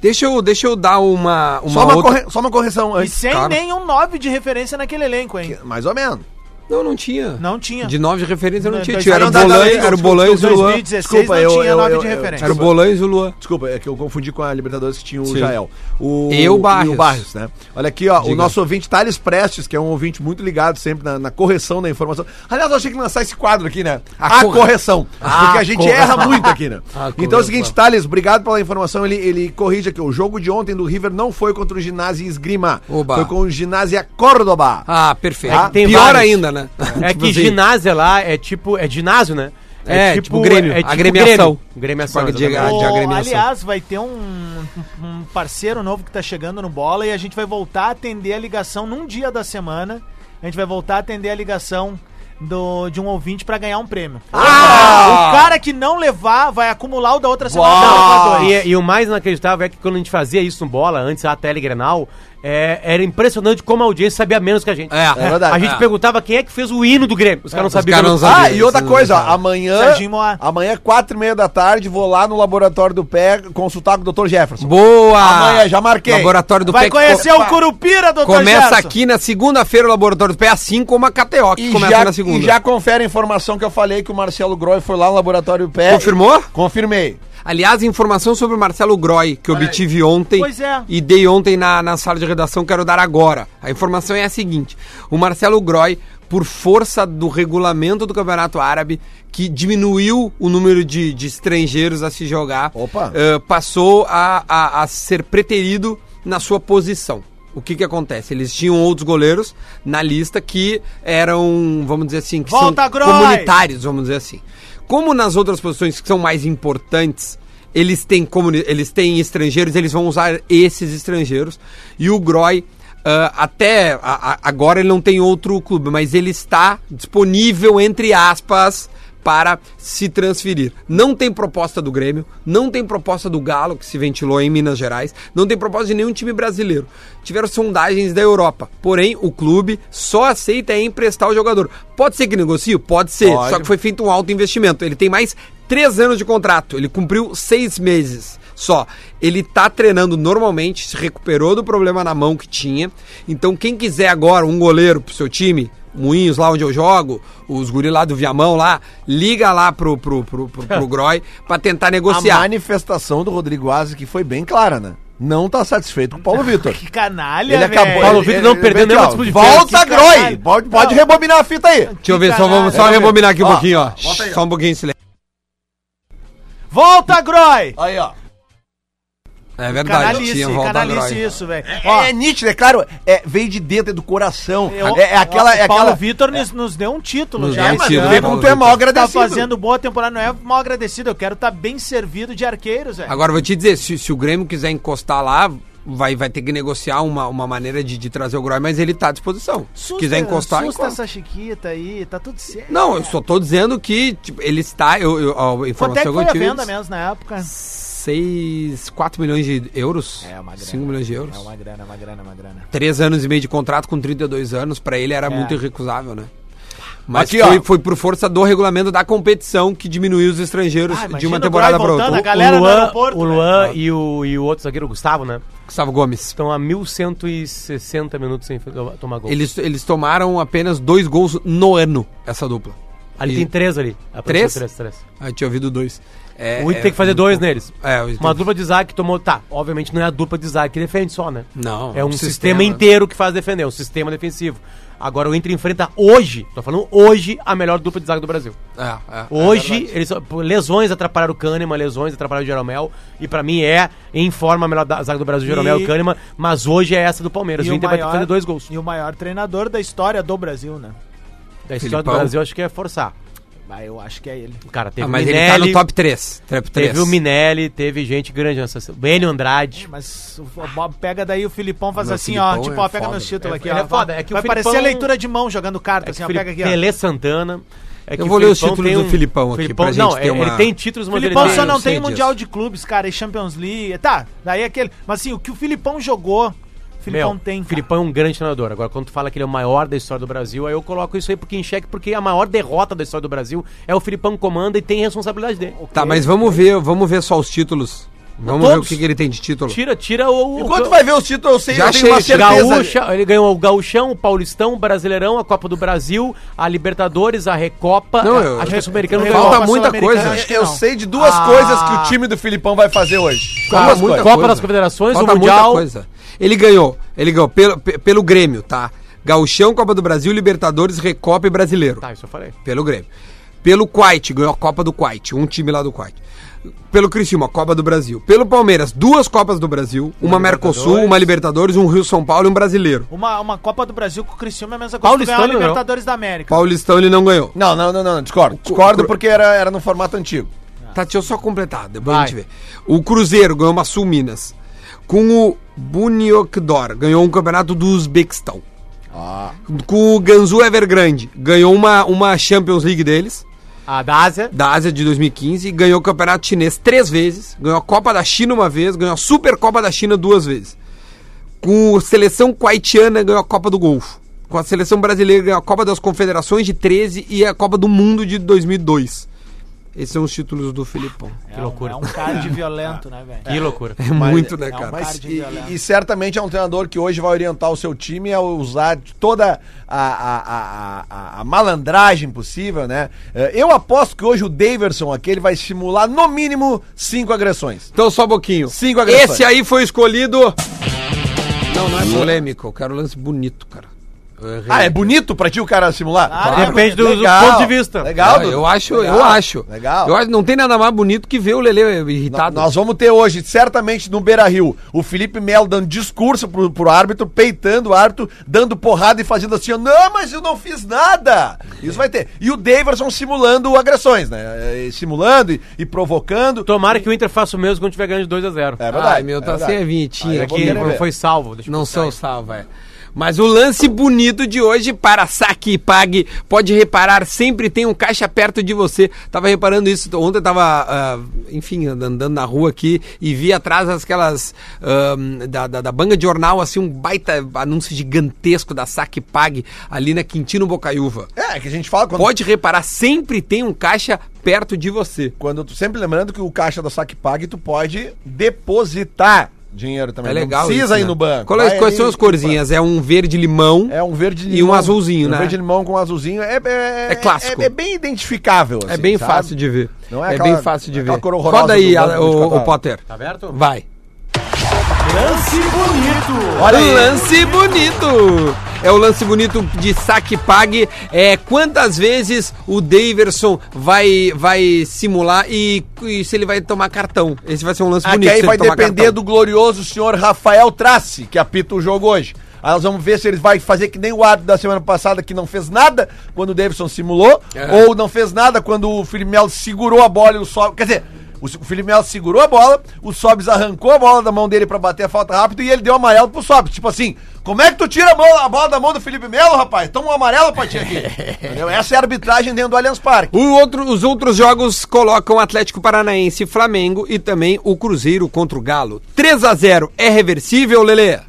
Speaker 1: Deixa eu, deixa eu dar uma. uma
Speaker 2: Só uma,
Speaker 1: outra...
Speaker 2: corre- só uma correção
Speaker 1: é,
Speaker 5: e
Speaker 2: antes.
Speaker 5: sem
Speaker 1: claro.
Speaker 5: nenhum 9 de referência naquele elenco, hein?
Speaker 2: Mais ou menos.
Speaker 1: Não, não tinha.
Speaker 5: Não tinha.
Speaker 1: De nove de referência não
Speaker 5: Não,
Speaker 1: tinha.
Speaker 5: dois-
Speaker 1: tinha. Era o
Speaker 2: Ah, não, tá,
Speaker 1: Bolan,
Speaker 2: tá, tá,
Speaker 1: era o
Speaker 2: desculpa,
Speaker 1: Bolan e o Luan.
Speaker 5: 2016
Speaker 2: Desculpa,
Speaker 5: não
Speaker 2: eu-
Speaker 5: tinha
Speaker 2: eu-
Speaker 5: 9
Speaker 2: eu-
Speaker 5: de
Speaker 2: eu-
Speaker 5: referência.
Speaker 1: Era o Bolan e o Luan.
Speaker 2: Desculpa, é que eu confundi com a Libertadores que tinha o
Speaker 1: Sim.
Speaker 2: Jael. O,
Speaker 1: E o Barrios.
Speaker 2: E o Barrios, né? Olha aqui, ó,
Speaker 1: Diga.
Speaker 2: o nosso ouvinte Thales Prestes, que é um ouvinte muito ligado sempre na, na correção da informação. Aliás, eu achei que lançar esse quadro aqui, né?
Speaker 1: A
Speaker 2: A,
Speaker 1: corre-
Speaker 2: correção. porque a gente
Speaker 1: correção.
Speaker 2: erra muito aqui, né?
Speaker 1: A
Speaker 2: então é
Speaker 1: correção.
Speaker 2: o seguinte, Thales, obrigado pela informação. Ele, ele corrige aqui. O jogo de ontem do River não foi contra o Ginásio Esgrima.
Speaker 1: Oba.
Speaker 2: Foi com o Ginásio Córdoba.
Speaker 1: Ah, perfeito.
Speaker 4: É que tem
Speaker 1: Pior
Speaker 4: vários.
Speaker 1: ainda, né?
Speaker 4: É
Speaker 1: Tipo
Speaker 4: que
Speaker 1: assim,
Speaker 4: ginásio lá é tipo... É ginásio, né?
Speaker 1: É, tipo Grêmio,
Speaker 4: É tipo
Speaker 1: agremiação.
Speaker 4: Grêmio. Gremiação,
Speaker 1: Tipo a-
Speaker 4: exatamente.
Speaker 1: de- de
Speaker 5: Ô,
Speaker 1: agremiação.
Speaker 5: aliás, vai ter um, um parceiro novo que tá chegando no bola e a gente vai voltar a atender a ligação num dia da semana. A gente vai voltar a atender a ligação do, de um ouvinte pra ganhar um prêmio. O cara que não levar vai acumular o da outra semana.
Speaker 4: Não,
Speaker 5: Vai levar dois.
Speaker 4: e, e o mais inacreditável é que quando a gente fazia isso no bola, antes da tele Grenal, é, era impressionante como a audiência sabia menos que a gente.
Speaker 1: É, é
Speaker 2: verdade.
Speaker 4: A gente
Speaker 1: É.
Speaker 4: perguntava quem é que fez o hino do Grêmio. Os caras não sabiam.
Speaker 1: caras não
Speaker 4: quem-
Speaker 1: sabiam.
Speaker 2: Ah, e outra coisa, ó, amanhã,
Speaker 5: Serginho Moá.
Speaker 2: amanhã, quatro e meia da tarde, vou lá no laboratório do pé consultar com o Dr. Jefferson.
Speaker 1: Boa!
Speaker 2: Amanhã, já marquei.
Speaker 1: Laboratório do
Speaker 5: Vai
Speaker 1: Pé.
Speaker 5: conhecer
Speaker 1: co-
Speaker 5: o Curupira, doutor
Speaker 1: Começa
Speaker 5: Gerson.
Speaker 1: aqui na segunda-feira o Laboratório do Pé, assim como a KTO, que
Speaker 2: E
Speaker 1: começa
Speaker 2: já,
Speaker 1: na segunda.
Speaker 2: e já confere a informação que eu falei que o Marcelo Groy foi lá no laboratório do pé.
Speaker 1: Confirmou?
Speaker 2: Confirmei.
Speaker 1: Aliás, informação sobre o Marcelo Groy, que obtive ontem
Speaker 5: Pois é.
Speaker 1: e dei ontem na, na sala de redação, quero dar agora. A informação é a seguinte: o Marcelo Groy, por força do regulamento do Campeonato Árabe, que diminuiu o número de, de estrangeiros a se jogar,
Speaker 2: Opa.
Speaker 1: eh, passou a, a- a ser preterido na sua posição. O que que acontece? Eles tinham outros goleiros na lista que eram, vamos dizer assim, que
Speaker 5: Volta,
Speaker 1: são
Speaker 5: Groy!
Speaker 1: comunitários comunitários, vamos dizer assim. Como nas outras posições que são mais importantes, eles têm, comuni- eles têm estrangeiros, eles vão usar esses estrangeiros. E o Groy, ah, até a- a- agora ele não tem outro clube, mas ele está disponível, entre aspas, para se transferir. Não tem proposta do Grêmio, não tem proposta do Galo, que se ventilou em Minas Gerais, não tem proposta de nenhum time brasileiro. Tiveram sondagens da Europa, porém o clube só aceita emprestar o jogador. Pode ser que negocie? Pode ser,
Speaker 2: Pode.
Speaker 1: só que foi feito um alto investimento. Ele tem mais três anos de contrato, ele cumpriu seis meses só. Ele tá treinando normalmente, se recuperou do problema na mão que tinha, então quem quiser agora um goleiro pro seu time, Moinhos, lá onde eu jogo, os guri lá do Viamão lá, liga lá pro, pro, pro, pro, pro Groy pra tentar
Speaker 2: A
Speaker 1: negociar.
Speaker 2: manifestação do Rodrigo Aze que foi bem clara, né? Não tá satisfeito com o Paulo Vitor.
Speaker 5: Que canalha,
Speaker 2: Ele
Speaker 5: velho.
Speaker 2: acabou.
Speaker 4: Paulo
Speaker 2: ele-
Speaker 4: Vitor não
Speaker 2: ele-
Speaker 4: perdeu
Speaker 2: ele-
Speaker 4: nenhuma
Speaker 2: ó,
Speaker 4: disputa de
Speaker 2: Volta,
Speaker 5: pênalti. Que
Speaker 2: Groy!
Speaker 5: caralho.
Speaker 2: Pode, pode
Speaker 5: Não.
Speaker 2: rebobinar a fita aí.
Speaker 1: Deixa eu ver, só vamos só
Speaker 5: É,
Speaker 2: Pera aí.
Speaker 1: rebobinar aqui um
Speaker 2: Ó,
Speaker 1: pouquinho, ó.
Speaker 2: bota aí, ó.
Speaker 1: Só um pouquinho de silêncio.
Speaker 5: Volta, Groy!
Speaker 2: Aí, ó.
Speaker 1: É verdade,
Speaker 5: Canalice,
Speaker 1: tinha volta
Speaker 5: canalice
Speaker 1: Groy.
Speaker 5: isso, velho. Ó,
Speaker 2: É, é nítido, é claro. É, veio de dentro, é do coração.
Speaker 5: eu-
Speaker 2: é, é aquela. É
Speaker 5: o Paulo
Speaker 2: aquela
Speaker 5: Vitor nos, nos deu um título
Speaker 1: Nos
Speaker 5: já,
Speaker 1: deu um
Speaker 5: mano.
Speaker 1: título,
Speaker 2: vê
Speaker 1: né,
Speaker 2: como
Speaker 1: Paulo
Speaker 2: tu é mal
Speaker 1: Vitor?
Speaker 5: Tá
Speaker 2: agradecido.
Speaker 5: fazendo boa temporada, não é mal agradecido. Eu quero estar bem servido de arqueiros, velho.
Speaker 1: Agora vou te dizer, se, se o Grêmio quiser encostar lá, vai, vai ter que negociar uma, uma maneira de, de trazer o Groy, mas ele tá à disposição. Se
Speaker 5: Susta-
Speaker 1: quiser encostar,
Speaker 5: Susta
Speaker 1: encosta.
Speaker 5: essa chiquita aí, tá tudo certo.
Speaker 1: Não, eu só tô dizendo que tipo, ele está. Eu, eu, a
Speaker 5: Quanto é que
Speaker 1: informação
Speaker 5: foi
Speaker 1: que
Speaker 5: a
Speaker 1: eu tive.
Speaker 5: venda mesmo na época?
Speaker 1: 6, 4 milhões de euros?
Speaker 5: É uma grana.
Speaker 1: 5 milhões de euros.
Speaker 5: É uma grana, uma grana, uma grana.
Speaker 1: três anos e meio de contrato com 32 anos, pra ele
Speaker 5: É.
Speaker 1: era muito irrecusável, né? Mas
Speaker 2: Aqui,
Speaker 1: foi,
Speaker 2: ó.
Speaker 1: foi por força do regulamento da competição que diminuiu os estrangeiros
Speaker 5: Ah,
Speaker 1: de
Speaker 5: imagina
Speaker 1: uma
Speaker 5: o
Speaker 1: temporada
Speaker 5: Groy
Speaker 1: para
Speaker 5: voltando,
Speaker 1: outra.
Speaker 5: a galera
Speaker 4: o
Speaker 5: no
Speaker 4: Luan,
Speaker 5: aeroporto,
Speaker 4: o Luan né? e, o, e o outro zagueiro, o Gustavo, né?
Speaker 1: Gustavo Gomes.
Speaker 4: Estão a 1.160 minutos sem fe- tomar gol.
Speaker 1: Eles, eles tomaram apenas dois gols no ano, essa dupla.
Speaker 4: Ali
Speaker 1: e-
Speaker 4: tem três ali.
Speaker 1: Três?
Speaker 4: Apareceu Três, três.
Speaker 1: Ah, Eu tinha ouvido dois. É,
Speaker 4: o Inter
Speaker 1: é,
Speaker 4: tem que fazer dois neles.
Speaker 1: É, o Inter-
Speaker 4: Uma dupla de zaga que tomou. Tá, obviamente não é a dupla de zaga que defende só, né?
Speaker 1: Não,
Speaker 4: É um sistema,
Speaker 1: sistema. né?
Speaker 4: inteiro que faz defender, é um sistema defensivo. Agora o Inter enfrenta hoje, tô falando hoje, a melhor dupla de zaga do Brasil.
Speaker 1: é, é.
Speaker 4: Hoje, eles só- pô, lesões atrapalharam o Kahneman, lesões atrapalharam o Jeromel. E pra mim é, em forma, a melhor da- zaga do Brasil, Jeromel
Speaker 5: E-
Speaker 4: e Kahneman. Mas hoje é essa do Palmeiras.
Speaker 5: E
Speaker 4: o Inter vai ter que fazer dois gols.
Speaker 5: E o maior treinador da história do Brasil, né?
Speaker 4: Da história
Speaker 1: Filipão.
Speaker 4: do Brasil, acho que é forçar.
Speaker 5: Bah, eu acho que é ele.
Speaker 4: Cara, teve
Speaker 1: Ah,
Speaker 4: o
Speaker 1: mas
Speaker 4: Minelli,
Speaker 1: ele tá no top 3. Top 3.
Speaker 4: teve o Minelli, teve gente grande nessa. O Enio Andrade.
Speaker 5: Mas o Bob pega daí o Filipão faz
Speaker 1: Meu,
Speaker 5: assim, ó.
Speaker 1: Filipão
Speaker 5: Tipo,
Speaker 1: é
Speaker 5: ó, pega
Speaker 1: foda.
Speaker 5: meus títulos aqui,
Speaker 4: ele
Speaker 5: ó.
Speaker 4: é foda, é que o
Speaker 5: Vai
Speaker 4: Filipão-
Speaker 5: parecer a leitura de mão jogando carta, assim, ó.
Speaker 4: É Fili-
Speaker 5: Pega aqui, ó.
Speaker 4: Pelé Santana. É
Speaker 1: Eu vou ler os
Speaker 4: Filipão
Speaker 1: títulos
Speaker 4: tem
Speaker 1: do Filipão aqui, pra gente
Speaker 4: não, é,
Speaker 1: ter
Speaker 4: ele
Speaker 1: uma-
Speaker 4: tem títulos, mas ele
Speaker 5: Filipão
Speaker 4: tem-
Speaker 5: só
Speaker 1: eu
Speaker 5: não
Speaker 1: sei
Speaker 5: tem
Speaker 1: disso.
Speaker 5: Mundial de Clubes, cara, e Champions League. Tá, daí é aquele. Mas assim, o que o Filipão jogou, o Filipão
Speaker 4: Meu,
Speaker 5: tem. cara.
Speaker 4: Filipão é um grande treinador. Agora, quando tu fala que ele é o maior da história do Brasil, aí eu coloco isso aí porque em xeque, porque a maior derrota da história do Brasil é o Filipão que comanda e tem responsabilidade dele.
Speaker 1: Tá, mas vamos ver, vamos ver só os títulos. Vamos ver o
Speaker 4: Todos.
Speaker 1: que, que ele tem de título.
Speaker 4: Tira, tira o. o-
Speaker 2: Enquanto vai ver os títulos, eu sei,
Speaker 1: Já
Speaker 2: eu tenho uma
Speaker 1: achei,
Speaker 2: certeza.
Speaker 4: Gaúcha, ele ganhou o Gaúchão, o Paulistão, o Brasileirão, a Copa do Brasil, a Libertadores, a Recopa.
Speaker 1: Não,
Speaker 4: a-
Speaker 1: eu-
Speaker 4: acho que a Sul-Americana não
Speaker 1: falta
Speaker 4: ganhou.
Speaker 5: Copa
Speaker 1: muita
Speaker 5: Sul-Americana,
Speaker 1: coisa.
Speaker 5: acho que
Speaker 2: Eu
Speaker 5: não.
Speaker 2: sei de duas coisas que o time do Filipão vai fazer hoje.
Speaker 1: Falta
Speaker 2: Duas
Speaker 1: muita
Speaker 2: coisas.
Speaker 4: Copa das Confederações,
Speaker 1: Falta
Speaker 4: o Mundial.
Speaker 1: muita coisa. Ele ganhou, ele ganhou pelo, pe- pelo Grêmio, tá? Gauchão, Copa do Brasil, Libertadores, Recopa e Brasileiro.
Speaker 4: Tá, isso eu falei.
Speaker 1: Pelo Grêmio. Pelo Kuwait, ganhou a Copa do Kuwait, um time lá do Kuwait. Pelo Criciúma, Copa do Brasil. Pelo Palmeiras, duas Copas do Brasil, uma, Mercosul, uma Libertadores, um Rio-São Paulo e um Brasileiro.
Speaker 5: Uma, uma Copa do Brasil com o Criciúma é a mesma coisa que
Speaker 4: Paulistano
Speaker 5: ganhar a
Speaker 4: ganhou.
Speaker 5: Libertadores da América.
Speaker 1: Paulistão ele não ganhou.
Speaker 2: Não, não, não, não, discordo. Discordo porque era, era no formato antigo.
Speaker 1: Tá, deixa eu só completar, depois
Speaker 4: Vai.
Speaker 1: a gente vê. O Cruzeiro ganhou uma Sul Minas. Com o Buniokdor, ganhou um campeonato do Uzbequistão. Com o Ganzu Evergrande, ganhou uma, uma Champions League deles,
Speaker 4: A da Ásia.
Speaker 1: da Ásia de 2015, ganhou o campeonato chinês três vezes, ganhou a Copa da China uma vez, ganhou a Supercopa da China duas vezes. com a seleção haitiana ganhou a Copa do Golfo. Com a seleção brasileira ganhou a Copa das Confederações de 13 e a Copa do Mundo de 2002. Esses são os títulos do Filipão.
Speaker 5: que loucura. É um card violento, né, velho?
Speaker 4: Que loucura.
Speaker 1: É muito, né,
Speaker 5: é um
Speaker 1: cara?
Speaker 5: baita
Speaker 2: Mas,
Speaker 5: de
Speaker 2: e,
Speaker 5: violência.
Speaker 2: e- e certamente é um treinador que hoje vai orientar o seu time a usar de toda a, a- a- a- a malandragem possível, né? Eh, Eu aposto que hoje o Daverson aqui ele vai simular no mínimo cinco agressões.
Speaker 1: Então só um pouquinho.
Speaker 2: Cinco agressões.
Speaker 1: Esse aí foi escolhido. Não, não é polêmico. Eu quero um lance bonito, cara.
Speaker 2: Ah, é bonito pra ti o cara simular?
Speaker 5: Ah, é
Speaker 4: Depende do, do
Speaker 2: Legal,
Speaker 4: ponto de vista.
Speaker 2: Legal,
Speaker 1: Ah,
Speaker 2: Dudu.
Speaker 1: eu acho, eu
Speaker 2: Legal,
Speaker 1: acho.
Speaker 2: Legal.
Speaker 1: Eu acho, não tem nada mais bonito que ver o Lele
Speaker 2: No-
Speaker 1: irritado.
Speaker 2: Nós vamos ter hoje, certamente, no Beira Rio, o Felipe Melo dando discurso pro, pro árbitro, peitando o árbitro, dando porrada e fazendo assim, ó, não, mas eu não fiz nada. Isso vai ter. E o Daverson simulando agressões, né? Eh, Simulando e, e provocando.
Speaker 4: Tomara que o Inter faça o mesmo quando tiver ganho de 2 a 0
Speaker 2: É
Speaker 1: Ai, meu, tá
Speaker 2: verdade. é
Speaker 1: sem a vinhetinha
Speaker 2: Aí eu vou
Speaker 4: Aqui
Speaker 2: querer
Speaker 4: não
Speaker 2: ver.
Speaker 4: foi salvo. Deixa eu
Speaker 1: Não
Speaker 4: botar
Speaker 1: são
Speaker 4: aí.
Speaker 1: salva, é. Mas o lance bonito de hoje para saque e pague, pode reparar, sempre tem um caixa perto de você. Tava reparando isso, ontem eu tava, ah, enfim, andando andando na rua aqui e vi atrás aquelas, ahm, da, da, da banca de jornal, assim, um baita anúncio gigantesco da saque e pague ali na Quintino Bocaiúva.
Speaker 2: É, que a gente fala quando...
Speaker 1: Pode reparar, sempre tem um caixa perto de você.
Speaker 2: quando tu, sempre lembrando que o caixa da Saque Pague tu pode depositar dinheiro também.
Speaker 1: É legal
Speaker 2: Não precisa
Speaker 1: isso,
Speaker 2: ir
Speaker 1: né?
Speaker 2: no banco.
Speaker 1: Qual é-
Speaker 2: Vai
Speaker 1: quais
Speaker 2: ali
Speaker 1: são as
Speaker 2: e-
Speaker 1: corzinhas? É um verde limão.
Speaker 2: É um verde
Speaker 1: E um azulzinho,
Speaker 2: um
Speaker 1: né?
Speaker 2: verde limão com um azulzinho. É, é,
Speaker 1: É clássico.
Speaker 2: É, é bem identificável.
Speaker 1: É
Speaker 2: assim,
Speaker 1: bem
Speaker 2: sabe?
Speaker 1: fácil de ver.
Speaker 2: Não é
Speaker 1: é
Speaker 2: aquela-
Speaker 1: bem fácil de
Speaker 2: aquela
Speaker 1: ver.
Speaker 2: cor horrorosa
Speaker 1: Roda aí,
Speaker 2: do
Speaker 1: a-
Speaker 2: Banco de
Speaker 1: o,
Speaker 2: Catar.
Speaker 1: o Potter.
Speaker 4: Tá aberto?
Speaker 1: Vai.
Speaker 2: Olha aí.
Speaker 1: Lance bonito! É o lance bonito de saque pague. É quantas vezes o Daverson vai, vai simular e, e se ele vai tomar cartão. Esse vai ser um lance
Speaker 2: Aqui
Speaker 1: bonito.
Speaker 2: Ah,
Speaker 1: se
Speaker 2: aí
Speaker 1: ele
Speaker 2: vai
Speaker 1: tomar
Speaker 2: depender
Speaker 1: cartão.
Speaker 2: do glorioso senhor Rafael Trace, que apita o jogo hoje. Aí nós vamos ver se ele vai fazer que nem o árbitro da semana passada, que não fez nada quando o Davidson simulou, ou não fez nada quando o Felipe Melo segurou a bola e o Sobs... Quer dizer, o S- o Felipe Melo segurou a bola, o Sobs arrancou a bola da mão dele pra bater a falta rápido e ele deu amarelo pro Sobs. Tipo assim, como é que tu tira a bola, a bola da mão do Felipe Melo, rapaz? Toma um amarelo pra ti aqui. Entendeu? Essa é a arbitragem dentro do Allianz Parque.
Speaker 1: O outro- os outros jogos colocam Atlético Paranaense e Flamengo e também o Cruzeiro contra o Galo. 3 a 0 é reversível, Lelê?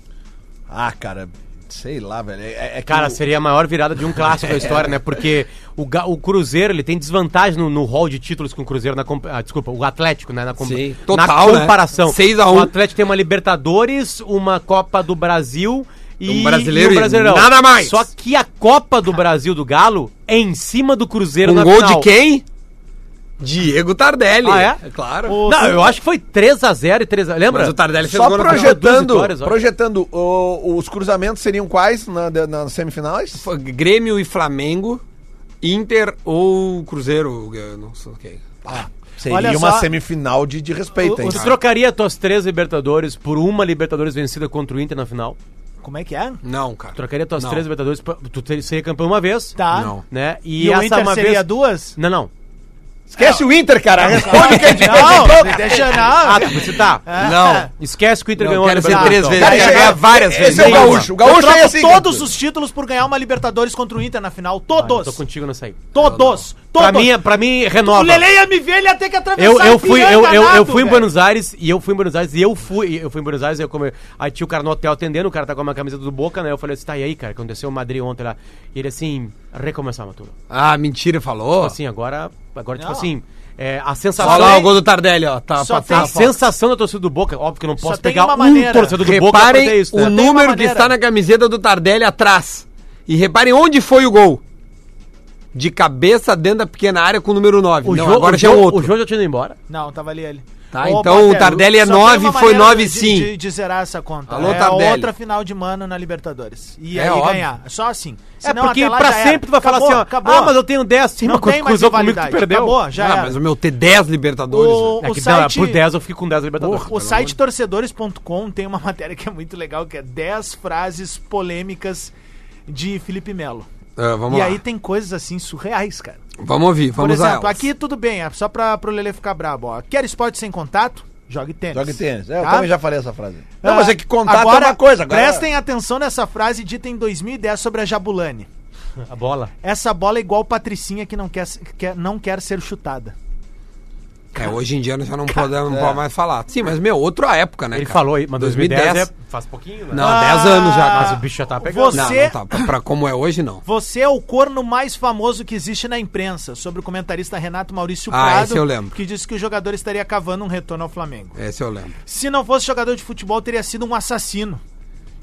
Speaker 2: Ah, cara, sei lá, velho. É, é que
Speaker 4: Cara,
Speaker 2: o-
Speaker 4: seria a maior virada de um clássico da história, né? Porque o, Ga- o Cruzeiro, ele tem desvantagem no, no hall de títulos com o Cruzeiro na... comp- Ah, desculpa, o Atlético, né? Na, comp-
Speaker 1: Sim, total, né?
Speaker 4: na comparação.
Speaker 1: Seis a um.
Speaker 4: O Atlético tem uma Libertadores, uma Copa do Brasil e
Speaker 1: Um brasileiro
Speaker 4: e
Speaker 1: e
Speaker 4: um Brasileirão.
Speaker 1: nada mais.
Speaker 4: Só que a Copa do Brasil do Galo é em cima do Cruzeiro
Speaker 1: Um
Speaker 4: na
Speaker 1: gol
Speaker 4: final.
Speaker 1: de quem? Diego Tardelli.
Speaker 4: Ah, é?
Speaker 1: Claro.
Speaker 4: Não, eu acho que foi 3x0 e 3 x Lembra?
Speaker 1: Mas o Tardelli fez
Speaker 2: Só
Speaker 1: gol no
Speaker 4: duas
Speaker 2: projetando,
Speaker 4: vitórias, olha.
Speaker 2: projetando o- os cruzamentos seriam quais na- de- nas semifinais?
Speaker 1: F- Grêmio e Flamengo, Inter ou Cruzeiro, eu não sei o que.
Speaker 2: Seria
Speaker 5: Olha
Speaker 2: uma
Speaker 5: só.
Speaker 2: semifinal de, de respeito,
Speaker 5: O-
Speaker 2: hein? Ah.
Speaker 5: os
Speaker 4: Você trocaria tuas três Libertadores por uma Libertadores vencida contra o Inter na final?
Speaker 5: Como é que é?
Speaker 1: Não, cara.
Speaker 4: Trocaria tuas
Speaker 1: Não.
Speaker 4: três Libertadores, pra- tu ter- seria campeão uma vez,
Speaker 5: Tá.
Speaker 1: Não.
Speaker 4: né?
Speaker 5: E, o Inter seria duas?
Speaker 4: Não, não.
Speaker 2: Esquece o Inter, cara. Responde o que a gente perguntou.
Speaker 5: Não, deixa não.
Speaker 4: Ah, tu você tá.
Speaker 5: É?
Speaker 1: Não.
Speaker 4: Esquece que o Inter
Speaker 1: Não,
Speaker 4: ganhou
Speaker 1: quero ser
Speaker 4: Libertadores.
Speaker 1: três vezes.
Speaker 4: Não.
Speaker 2: Cara,
Speaker 1: Ele
Speaker 2: chega-
Speaker 1: ganha várias
Speaker 2: esse
Speaker 1: vezes,
Speaker 2: é o
Speaker 1: nenhuma.
Speaker 2: gaúcho. O gaúcho
Speaker 5: eu troco
Speaker 2: é assim.
Speaker 5: todos
Speaker 2: cara.
Speaker 5: os títulos por ganhar uma Libertadores contra o Inter na final.
Speaker 4: Ah,
Speaker 5: Todos.
Speaker 4: Tô contigo nessa aí.
Speaker 5: Todos. Todos.
Speaker 4: Pra mim, é- pra mim renova.
Speaker 5: o Lele ia me ver, ele ia ter que atravessar
Speaker 4: Eu, eu fui, eu, eu, eu
Speaker 5: Ipiranga,
Speaker 4: fui em
Speaker 5: velho.
Speaker 4: Buenos Aires e eu fui em Buenos Aires e eu fui, eu fui em Buenos Aires, eu come... aí tinha o cara no hotel atendendo, o cara tá com uma camiseta do Boca, né? Eu falei assim, tá, e aí, cara, aconteceu o Madrid ontem lá. E ele assim, recomeçar, Matula.
Speaker 1: Ah, mentira, falou.
Speaker 4: Assim, agora, agora tipo
Speaker 5: Não.
Speaker 4: assim, é, a
Speaker 1: Olha
Speaker 4: sensação...
Speaker 1: lá o gol do Tardelli, ó. Tá, pra-
Speaker 5: Só tem-
Speaker 1: tá-
Speaker 4: A sensação da torcida do Boca, óbvio que eu não posso
Speaker 5: tem
Speaker 4: pegar
Speaker 5: uma
Speaker 4: um
Speaker 5: maneira.
Speaker 4: torcedor do Boca pra
Speaker 1: Reparem
Speaker 4: fazer isso,
Speaker 1: o
Speaker 4: né?
Speaker 5: Tem uma
Speaker 1: número que
Speaker 5: maneira.
Speaker 1: está na camiseta do Tardelli atrás. E reparem onde foi o gol. De cabeça dentro da pequena área com o número 9.
Speaker 4: O
Speaker 1: Não,
Speaker 4: jogo-
Speaker 1: agora
Speaker 4: o
Speaker 1: já é um
Speaker 4: jogo-
Speaker 1: outro.
Speaker 4: O jogo já tinha ido embora.
Speaker 5: Não, tava ali ele.
Speaker 1: Tá, então o Tardelli é
Speaker 5: só tem uma
Speaker 1: nove, foi
Speaker 5: maneira
Speaker 1: nove
Speaker 5: de-
Speaker 1: sim.
Speaker 5: De, de zerar essa conta.
Speaker 1: Alô,
Speaker 5: é
Speaker 1: Tardelli.
Speaker 5: outra final de mano na Libertadores. E
Speaker 1: É
Speaker 5: aí
Speaker 1: óbvio.
Speaker 5: ganhar. Só assim.
Speaker 4: É
Speaker 5: Senão,
Speaker 4: porque
Speaker 5: até lá
Speaker 4: pra
Speaker 5: já era.
Speaker 4: sempre tu vai falar
Speaker 5: Acabou,
Speaker 4: assim, ó,
Speaker 5: acabou.
Speaker 4: ah, mas eu tenho 10, sim,
Speaker 5: não
Speaker 4: mas
Speaker 5: tem mais
Speaker 4: cruzou comigo
Speaker 5: rivalidade.
Speaker 4: tu perdeu.
Speaker 5: Acabou, já
Speaker 1: Ah,
Speaker 5: era.
Speaker 1: mas né? o meu ter 10 Libertadores.
Speaker 5: O-
Speaker 1: velho.
Speaker 4: É
Speaker 5: o
Speaker 4: que dá,
Speaker 5: site-
Speaker 4: por 10 eu fico com 10 Libertadores.
Speaker 5: O
Speaker 4: Pelo
Speaker 5: site
Speaker 4: amor
Speaker 5: torcedores.com tem uma matéria que é muito legal, que é 10 frases polêmicas de Felipe Melo.
Speaker 1: Ah, vamos
Speaker 5: e
Speaker 1: lá.
Speaker 5: aí tem coisas assim surreais, cara.
Speaker 1: Vamos ouvir,
Speaker 5: Por
Speaker 1: vamos lá.
Speaker 5: exemplo, aqui tudo bem, é só pra, pro Lele ficar brabo. Ó. Quer esporte sem contato? Jogue tênis.
Speaker 2: Joga tênis. É, Eu
Speaker 5: Tá?
Speaker 2: também já falei essa frase.
Speaker 5: Ah,
Speaker 2: Não, mas é que contato
Speaker 5: agora,
Speaker 2: é uma coisa. Agora...
Speaker 5: Prestem atenção nessa frase dita em 2010 sobre a Jabulani.
Speaker 4: de Deus. A bola.
Speaker 5: Essa bola é igual Patricinha que não quer, se- quer- não quer ser chutada.
Speaker 1: É, hoje em dia nós já não podemos não pode mais falar. Sim, mas, meu, outra época, né?
Speaker 4: É. Ele
Speaker 1: cara?
Speaker 4: falou aí, mas 2010,
Speaker 1: 2010.
Speaker 4: é- faz pouquinho, né?
Speaker 1: Não, 10 anos já.
Speaker 4: Mas
Speaker 1: cara.
Speaker 4: o bicho já tá pegando.
Speaker 5: Você-
Speaker 1: Não, não tá. Pra, pra como é hoje, não.
Speaker 5: Você é o corno mais famoso que existe na imprensa, sobre o comentarista Renato Maurício
Speaker 1: Ah,
Speaker 5: Prado,
Speaker 1: esse eu lembro.
Speaker 5: que disse que o jogador estaria cavando um retorno ao Flamengo.
Speaker 1: Esse eu lembro.
Speaker 5: Se não fosse jogador de futebol, teria sido um assassino.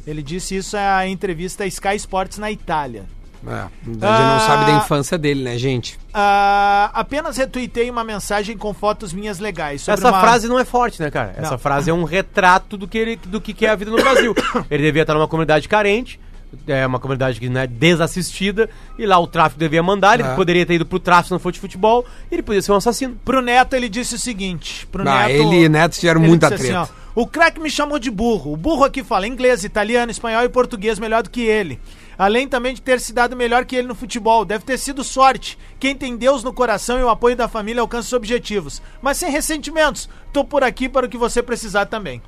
Speaker 5: Ele disse isso à entrevista à Sky Sports na Itália.
Speaker 1: É, a gente
Speaker 5: Ah.
Speaker 1: não sabe da infância dele, né, gente?
Speaker 5: Ah, apenas retuitei uma mensagem com fotos minhas legais. sobre
Speaker 4: Essa
Speaker 5: uma-
Speaker 4: frase não é forte, né, cara? Essa
Speaker 5: Não.
Speaker 4: frase é um retrato do que, ele, do que que é a vida no Brasil. ele devia estar numa comunidade carente, é uma comunidade que não é desassistida, e lá o tráfico devia mandar, ele
Speaker 1: É.
Speaker 4: poderia ter ido pro tráfico se não fosse de futebol, e ele podia ser um assassino.
Speaker 5: Pro Neto, ele disse o seguinte: pro
Speaker 1: Ah,
Speaker 5: Neto.
Speaker 1: ele e Neto tiveram
Speaker 5: ele
Speaker 1: muita
Speaker 5: disse assim,
Speaker 1: treta.
Speaker 5: o craque me chamou de burro. O burro aqui fala inglês, italiano, espanhol e português melhor do que ele. Além também de ter se dado melhor que ele no futebol. Deve ter sido sorte. Quem tem Deus no coração e o apoio da família alcança os objetivos. Mas sem ressentimentos. Tô por aqui para o que você precisar também.